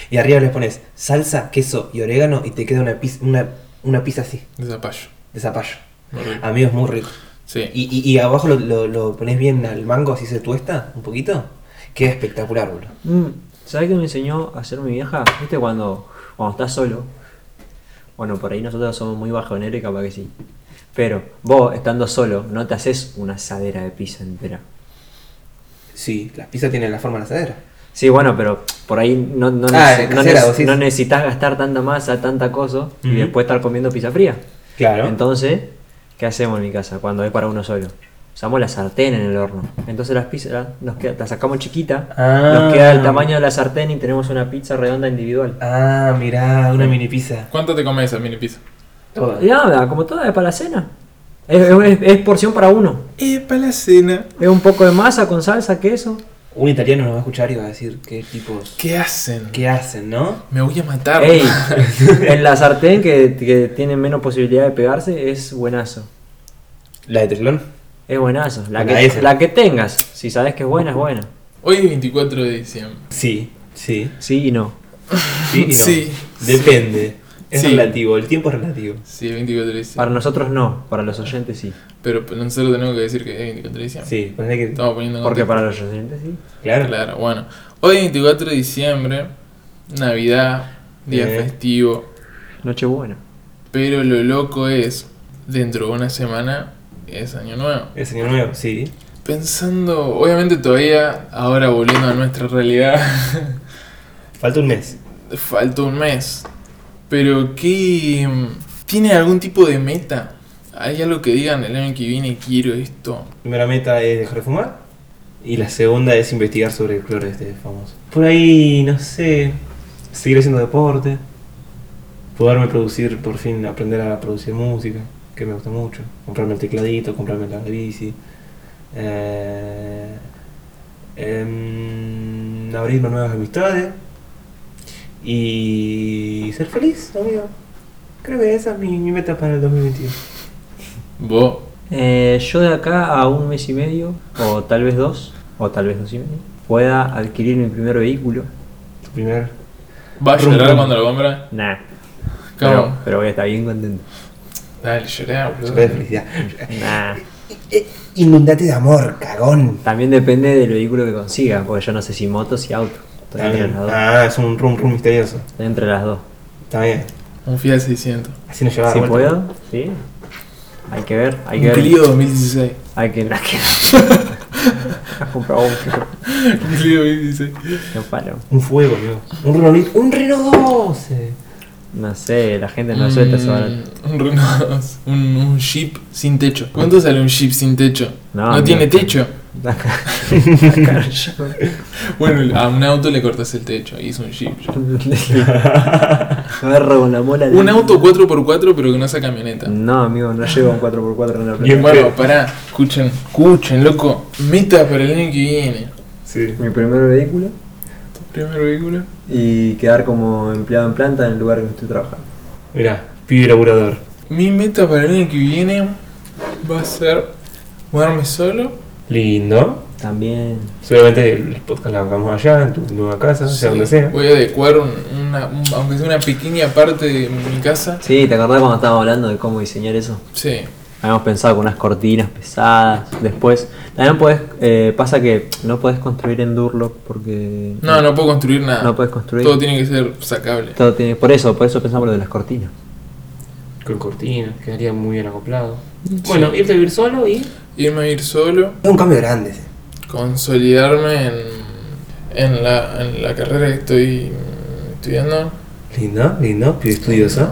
S5: Y arriba les pones salsa, queso y orégano y te queda una pizza, una, una pizza así,
S2: De zapallo.
S5: de zapallo.
S2: Muy
S3: Ah.
S2: rico.
S5: Amigo, es muy rico.
S2: Sí.
S5: Y, y- y abajo lo, lo, lo pones bien al mango, así se tuesta un poquito. Queda espectacular, boludo.
S3: Mm, ¿Sabes qué me enseñó a hacer mi vieja? ¿Viste cuando, cuando estás solo? Bueno, por ahí nosotros somos muy bajoneros y capaz que sí. Pero vos, estando solo, no te haces una asadera de pizza entera.
S5: Sí, las pizzas tienen la forma de la asadera.
S3: Sí, bueno, pero por ahí no, no,
S5: Ah,
S3: neces-
S5: de
S3: no
S5: casera,
S3: neces-
S5: vos decís.
S3: no necesitas gastar tanta masa, tanta cosa, y
S5: Ujú.
S3: después estar comiendo pizza fría.
S5: Claro.
S3: Entonces, ¿qué hacemos en mi casa cuando es para uno solo? usamos la sartén en el horno. Entonces las pizzas nos queda- las sacamos chiquita,
S5: Ah.
S3: nos queda el tamaño de la sartén y tenemos una pizza redonda individual.
S5: Ah, mirá, una mini pizza.
S2: ¿Cuánto te comes esa mini pizza?
S5: Toda.
S3: Y nada, como toda es para la cena. Es, es- es porción para uno.
S2: Eh, para la cena.
S3: Es un poco de masa con salsa, queso.
S5: Un italiano nos va a escuchar y va a decir qué tipos.
S2: ¿Qué hacen?
S5: ¿Qué hacen, no?
S2: Me voy a matar.
S3: Ey, en la sartén que, que tiene menos posibilidad de pegarse es buenazo.
S5: La de Teflón.
S3: Es buenazo. La,
S5: La
S3: que,
S5: esa.
S3: la que tengas, si sabes que es buena, es buena.
S2: Hoy es 24 de diciembre.
S5: Sí, sí.
S3: Sí y no.
S5: Sí, y no.
S2: Sí.
S5: Depende. Es
S2: Sí.
S5: relativo, el tiempo es relativo.
S2: Sí, es 24 de diciembre.
S3: Para nosotros no, para los oyentes sí.
S2: Pero nosotros tenemos que decir que es 24 de diciembre.
S5: Sí, ponele que.
S2: Estamos poniendo en
S3: Porque
S2: contexto.
S3: para los oyentes sí.
S5: Claro.
S2: Claro, bueno. Hoy 24 de diciembre, Navidad, día
S5: Eh.
S2: festivo.
S3: Nochebuena.
S2: Pero lo loco es, dentro de una semana es Año Nuevo.
S5: El señor nuevo, sí.
S2: Pensando, obviamente todavía, ahora volviendo a nuestra realidad,
S5: Falta un mes.
S2: falta un mes. Pero ¿qué... mm, ¿Tiene algún tipo de meta? ¿Hay algo que digan el año que viene quiero esto?
S5: Primera meta es dejar de fumar. Y la segunda es investigar sobre el cloro este famoso. Por ahí, no sé. Seguir haciendo deporte. Poderme producir, por fin, aprender a producir música, que me gusta mucho. Comprarme el tecladito, comprarme la bici. Eh, em, abrirme nuevas amistades. Y ser feliz, amigo. Creo que esa es mi, mi meta para el 2021.
S2: Vos,
S3: Eh, yo de acá a un mes y medio, o tal vez dos, o tal vez dos y medio, pueda adquirir mi primer vehículo.
S5: Tu primer
S2: ¿vas a llorar
S5: Rum, rum.
S2: cuando lo compras?
S3: Nah. Pero,
S2: ¿Cómo?
S3: pero voy a estar bien contento.
S2: Dale, llorá, boludo.
S5: de felicidad.
S3: Nah.
S5: Eh, Inundate de amor, cagón.
S3: También depende del vehículo que consiga, porque yo no sé si motos y autos. Estoy entre las dos.
S5: Ah, es un rum rum misterioso.
S3: Estoy entre las dos.
S5: Está bien.
S2: Un Fiat 600.
S5: Así nos llevaba
S3: si
S5: de vuelta.
S3: puedo, sí. Hay que ver, hay
S2: Un
S3: que ver.
S2: Clio 2016.
S3: Hay que. Hay que... Has comprado un Clio.
S2: Un Clio 2016.
S3: No paro.
S5: Un fuego, amigo. Un Renault. Un Renault 12.
S3: No sé, la gente no suelta eso ahora.
S2: Mm, Un Renault 2, un, un Jeep sin techo. ¿Cuánto sale un Jeep sin techo?
S3: No,
S2: No,
S3: mira.
S2: tiene techo.
S3: Acá yo-
S2: Bueno, a un auto le cortas el techo y es un Jeep.
S3: Agarro con la mola. de-
S2: Un auto 4x4 pero que no sea camioneta.
S3: No, amigo, no llego a un 4x4 en la
S5: Bien,
S3: playa.
S2: Bueno, pará, escuchen, escuchen, loco. Meta para el año que viene.
S5: Sí.
S3: Mi primer vehículo
S2: Tu primer vehículo.
S3: y quedar como empleado en planta en el lugar en que estoy trabajando.
S5: Mirá, pibe laburador.
S2: Mi meta para el año que viene va a ser mudarme solo.
S5: Lindo.
S3: También.
S5: Seguramente el podcast la hagamos allá, en tu nueva casa, sea donde sea.
S2: Voy a adecuar un- una, un- aunque sea una pequeña parte de mi casa.
S3: Sí, ¿te acordás cuando estábamos hablando de cómo diseñar eso?
S2: Sí.
S3: Habíamos pensado con unas cortinas pesadas. Después, también podés. eh, pasa que no podés construir en Durlock porque.
S2: No, no puedo construir nada.
S3: No podés construir.
S2: Todo tiene que ser sacable.
S3: Todo tiene- por eso, por eso pensamos lo de las cortinas.
S5: Con cortina, quedaría muy bien acoplado. Bueno, irte a vivir solo y.
S2: Irme a ir solo.
S5: Es un cambio grande. ese.
S2: consolidarme en, en, la, en la carrera que estoy mm, estudiando,
S5: Lindo, lindo, pibe estudioso.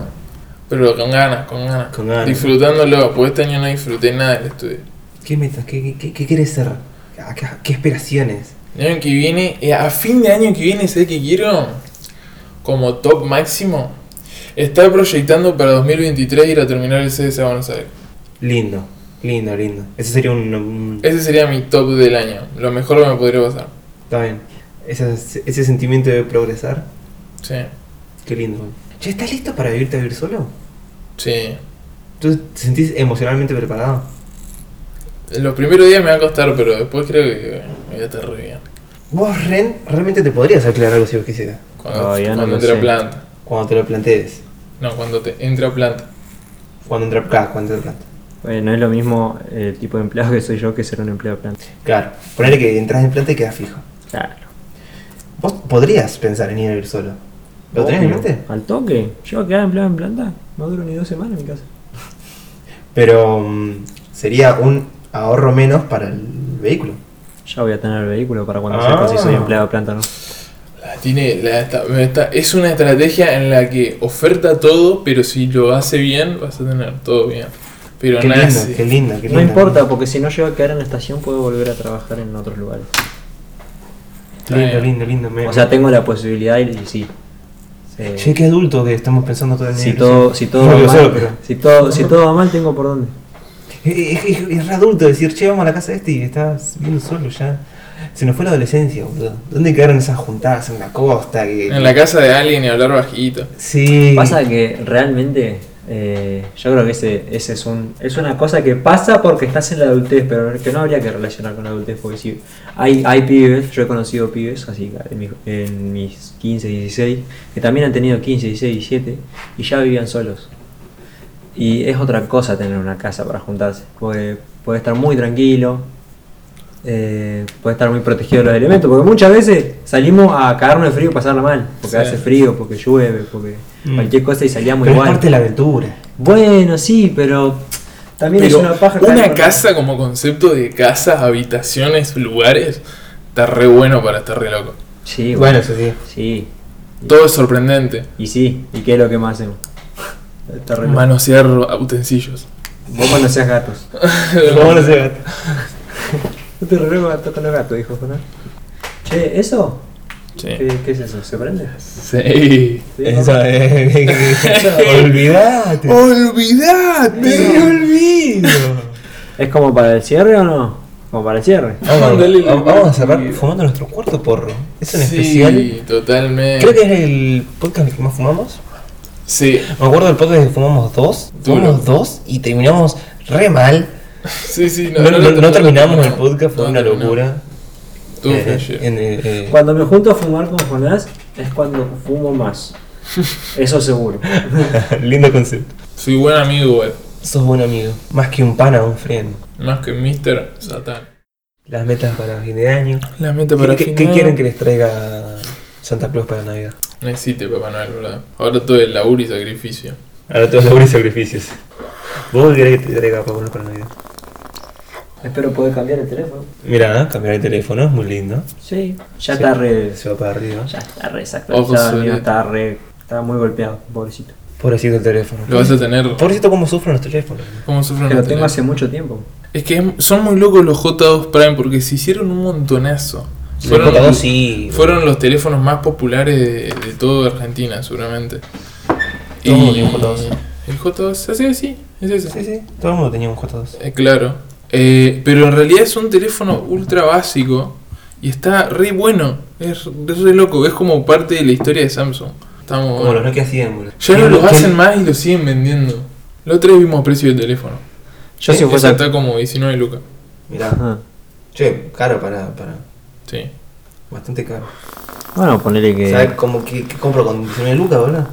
S2: pero con ganas, con ganas.
S5: Con ganas.
S2: Disfrutándolo, porque este año no disfruté nada del estudio.
S5: ¿Qué metas? ¿Qué, qué- qué, qué quieres ser? ¿A ¿Qué, a qué esperaciones?
S2: El año que viene, eh, a fin de año que viene, sé que quiero como top máximo. Estar proyectando para 2023 ir a terminar el CSA Buenos Aires.
S5: Lindo, lindo, lindo. Ese sería un- un
S2: Ese sería mi top del año. Lo mejor que me podría pasar.
S5: Está bien. Ese, ese sentimiento de progresar,
S2: Sí,
S5: qué lindo. ¿Ya estás listo para vivirte a vivir solo?
S2: sí.
S5: ¿Tú te sentís emocionalmente preparado?
S2: Los primeros días me va a costar, pero después creo que me voy a estar re bien.
S5: Vos, Ren, realmente te podrías aclarar algo si vos quisieras.
S2: Cuando,
S3: Todavía no
S2: cuando
S3: lo
S2: entra
S3: sé.
S2: planta.
S5: Cuando te lo plantees.
S2: No, cuando te entra planta.
S5: Cuando entra acá, cuando entra planta.
S3: Bueno, no es lo mismo eh, el tipo de empleado que soy yo que ser un empleado de planta.
S5: Claro. Ponele que entras en planta y quedas fijo.
S3: Claro.
S5: Vos podrías pensar en ir a vivir solo. ¿Lo tenés en
S3: Obvio.
S5: mente?
S3: Al toque. Yo quedar empleado en planta no duro ni dos semanas en mi casa.
S5: Pero mm, sería un ahorro menos para el vehículo.
S3: Ya voy a tener el vehículo para cuando
S5: Ah.
S3: sepa si soy empleado de planta o no.
S2: La tiene, la está- me está- es una estrategia en la que oferta todo, pero si lo hace bien, vas a tener todo bien. Pero
S5: Qué
S2: nada,
S5: lindo,
S2: sí.
S5: qué lindo, qué lindo.
S3: No importa, porque si no llego a quedar en la estación puedo volver a trabajar en otros lugares.
S5: Lindo, lindo, lindo. me-
S3: O sea, tengo la posibilidad y, y sí. Eh,
S5: Che, qué adulto que estamos pensando todo el día.
S3: si todo, si todo
S5: No,
S3: va
S5: yo sé,
S3: mal,
S5: pero-
S3: si todo, si todo va mal tengo por dónde.
S5: Es, es- es re adulto decir, che, vamos a la casa de este y estás viendo solo ya. Se nos fue la adolescencia, boludo. ¿Dónde quedaron esas juntadas? En la costa. Que...
S2: En la casa de alguien y hablar bajito.
S5: Sí.
S3: Pasa que realmente eh, yo creo que ese, ese es un es una cosa que pasa porque estás en la adultez, pero que no habría que relacionar con la adultez, porque si hay, hay pibes, yo he conocido pibes, así en mis, en mis 15, 16, que también han tenido 15, 16, 17 y ya vivían solos. Y es otra cosa tener una casa para juntarse, porque puede estar muy tranquilo. eh, puede estar muy protegido de los elementos, porque muchas veces salimos a cagarnos de frío y pasarla mal, porque
S2: Sí.
S3: hace frío, porque llueve, porque
S5: Mm.
S3: cualquier cosa y salíamos
S5: Pero es
S3: igual.
S5: parte de la aventura.
S3: Bueno, sí, pero también
S2: Pero
S3: es una paja.
S2: una
S3: estar con-
S2: casa como concepto de casas, habitaciones, lugares, está re bueno para estar re loco.
S3: Sí, bueno.
S5: Bueno, eso sí.
S3: Sí,
S2: Todo es sorprendente.
S3: y sí, ¿y qué es lo que más hacemos? Está re-
S2: Manosear utensilios.
S3: Vos conocés gatos.
S5: Vamos a hacer gato.
S3: Yo te re gato con los gatos, dijo Jonás. Che, ¿eso?
S2: Sí.
S3: ¿Qué, qué es eso? ¿Se prende?
S2: Sí.
S3: ¿Sí?
S5: Eso es. Olvidate.
S2: ¡Olvidate!
S5: Me olvido.
S3: ¿Es como para el cierre o no? Como para el cierre.
S2: Ándale,
S5: Vamos, Ah, vamos- vamos a cerrar
S2: olvido.
S5: fumando nuestro cuarto porro. Es un
S2: Sí,
S5: especial.
S2: totalmente.
S5: Creo que es el podcast en el que más fumamos.
S2: Sí,
S5: Me acuerdo del podcast en el que fumamos dos.
S2: Duro.
S5: Fumamos dos y terminamos re mal.
S2: sí, sí.
S5: No, no-
S2: lo
S5: no terminamos el
S2: no.
S5: podcast, fue
S2: No
S5: una
S2: terminamos.
S5: locura.
S2: Todo
S5: Eh,
S2: fue ayer.
S5: en el- eh,
S3: Cuando me junto a fumar con Jonás es cuando fumo más. Eso seguro.
S5: Lindo concepto.
S2: Soy buen amigo, güey.
S5: Sos buen amigo. Más que un pana, un friend.
S2: Más que Mr. Satán.
S5: Las metas para fin de año.
S2: La meta
S5: ¿Qué,
S2: para
S5: qué- qué quieren que les traiga Santa Claus para Navidad?
S2: No existe Papá Noel, ¿verdad? Ahora todo el laburo y sacrificio.
S5: Ahora todos los y sacrificios. ¿Vos qué querés que te traiga Papá Noel para Navidad?
S3: Espero poder cambiar el teléfono.
S5: Mirá, cambiar el teléfono es muy lindo.
S3: Sí, ya está re.
S5: Se va para arriba.
S3: Ya está re
S2: Ojos
S3: desactualizado, el mío
S2: celestes.
S3: está re. Estaba muy golpeado, pobrecito.
S5: Pobrecito el teléfono.
S2: Lo vas a tener.
S5: Pobrecito cómo sufren los teléfonos.
S2: ¿Cómo sufren
S3: Que
S2: los
S3: lo tengo
S2: teléfonos?
S3: hace mucho tiempo.
S2: Es que es- son muy locos los J2 Prime porque se hicieron un montonazo.
S5: Los contadores sí.
S2: fueron los teléfonos más populares de, de toda Argentina, seguramente.
S5: Todo el mundo tiene un J2.
S2: El J2, así, así, es ese.
S5: Sí, sí. Todo el mundo tenía un J2.
S2: Eh, claro. Eh, pero en realidad es un teléfono ultra básico y está re bueno. Es re, re loco. Es como parte de la historia de Samsung. Estamos,
S5: Como los Nokia 100, boludo.
S2: ya no
S5: Y
S2: los
S5: que-
S2: hacen más y los siguen vendiendo. Los tres vimos precio del teléfono.
S3: Yo
S2: Eh,
S3: si
S2: ese
S3: fuese
S2: está como 19 lucas.
S5: Mirá. Che, caro para, para.
S2: Sí.
S5: Bastante caro.
S3: Bueno, ponele que.
S5: ¿Sabes cómo que, que compro con 19 lucas, boludo?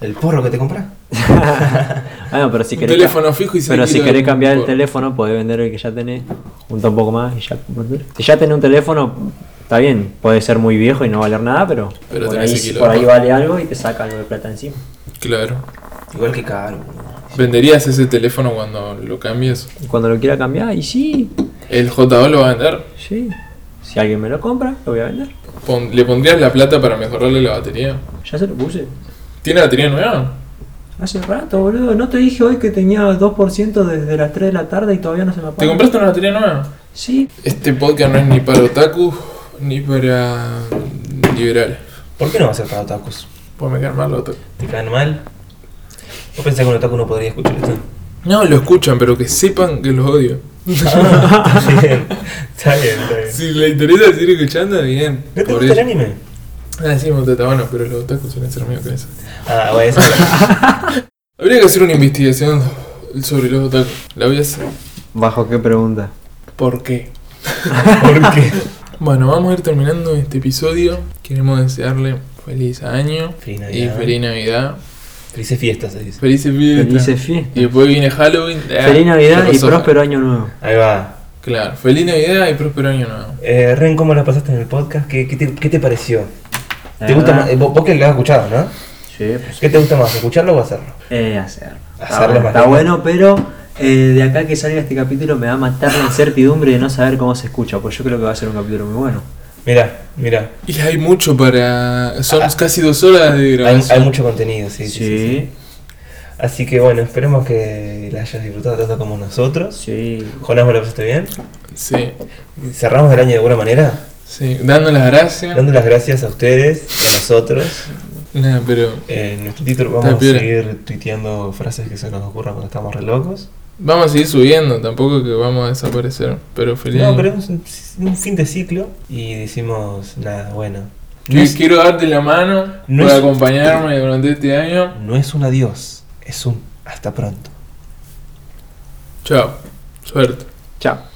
S5: El porro que te compras.
S3: bueno, pero si
S2: Un
S3: querés.
S2: teléfono fijo y seis
S3: pero si
S2: kilos
S3: querés
S2: de-
S3: cambiar el
S2: por-
S3: teléfono, podés vender el que ya tenés. Junta un poco más y ya. Si ya tenés un teléfono, está bien. Puede ser muy viejo y no valer nada, pero.
S2: Pero
S3: por,
S2: tenés el
S3: ahí,
S2: kilo.
S3: por ahí vale algo y te saca algo de plata encima.
S2: Claro.
S5: Igual que caro, boludo.
S2: ¿Venderías ese teléfono cuando lo cambies?
S3: Y cuando lo quiera cambiar, y sí,
S2: ¿El J2 lo va a vender?
S3: sí. Si alguien me lo compra, lo voy a vender.
S2: Pon- ¿Le pondrías la plata para mejorarle la batería?
S3: Ya se lo puse.
S2: ¿Tiene batería nueva?
S3: Hace rato, boludo. No te dije hoy que tenía 2% desde las 3 de la tarde y todavía no se me apaga.
S2: ¿Te compraste una batería nueva?
S3: Sí,
S2: Este podcast no es ni para otaku ni para liberales.
S5: ¿Por qué no va a ser para otakus?
S2: Pues me quedan mal los otaku.
S5: ¿Te caen mal? ¿Vos pensás que un otaku no podría escuchar esto?
S2: No, lo escuchan, pero que sepan que los odio.
S5: Ah, está bien. Está bien, está bien.
S2: si le interesa seguir escuchando, bien.
S5: ¿No te
S2: Por
S5: gusta el
S2: ello.
S5: anime?
S2: Ah, sí, me gusta está bueno, pero los otakus suelen ser medio cabeza.
S5: Ah, bueno, eso.
S2: Habría que hacer una investigación sobre los otakus. La voy a hacer.
S3: ¿Bajo qué pregunta?
S2: ¿Por qué?
S5: ¿Por qué?
S2: Bueno, vamos a ir terminando este episodio. Queremos desearle feliz año
S5: Feliz
S2: y
S5: Navidad.
S2: feliz Navidad.
S5: Felices fiestas, se dice.
S2: Felices fiestas.
S3: Felices fiestas.
S2: Y después viene Halloween. Ah,
S3: Feliz Navidad
S2: se
S3: y
S2: pasó.
S3: próspero año nuevo.
S5: Ahí va.
S2: Claro, feliz Navidad y próspero año nuevo.
S5: Eh, Ren, ¿cómo la pasaste en el podcast? ¿Qué, qué te, qué te pareció?
S3: La
S5: ¿Te gusta
S3: verdad-
S5: más? eh, Vos, vos que lo has escuchado, ¿no?
S3: Sí, pues.
S5: ¿Qué te gusta más, escucharlo o hacerlo?
S3: Eh, hacerlo. Está
S5: Hacerlo
S3: bueno,
S5: más
S3: está
S5: lindo.
S3: bueno, pero eh, de acá que salga este capítulo me va a matar la incertidumbre de no saber cómo se escucha, porque yo creo que va a ser un capítulo muy bueno.
S5: Mirá, mirá.
S2: Y hay mucho para. Son casi dos horas de
S5: Ah. Hay,
S2: grabación.
S5: hay mucho contenido, sí, sí. sí, sí. Así que bueno, esperemos que la hayas disfrutado tanto como nosotros.
S6: Sí.
S5: Jonás, ¿vos la pasaste bien?
S2: Sí,
S5: Cerramos el año de alguna manera,
S2: sí. Dando las gracias.
S5: dando las gracias a ustedes, a nosotros. Eh,
S2: Nada, pero
S5: En nuestro título
S2: Está
S5: vamos a
S2: piola.
S5: seguir tuiteando frases que se nos ocurran cuando estamos re locos.
S2: vamos a seguir subiendo. Tampoco que vamos a desaparecer. Pero feliz.
S5: No,
S2: año.
S5: pero es un, un fin de ciclo y decimos, nada, bueno.
S2: Yo
S5: No es,
S2: quiero darte la mano
S5: no
S2: por
S5: es-
S2: acompañarme durante este año.
S5: no es un adiós, es un hasta pronto.
S2: Chao. Suerte.
S5: Chao.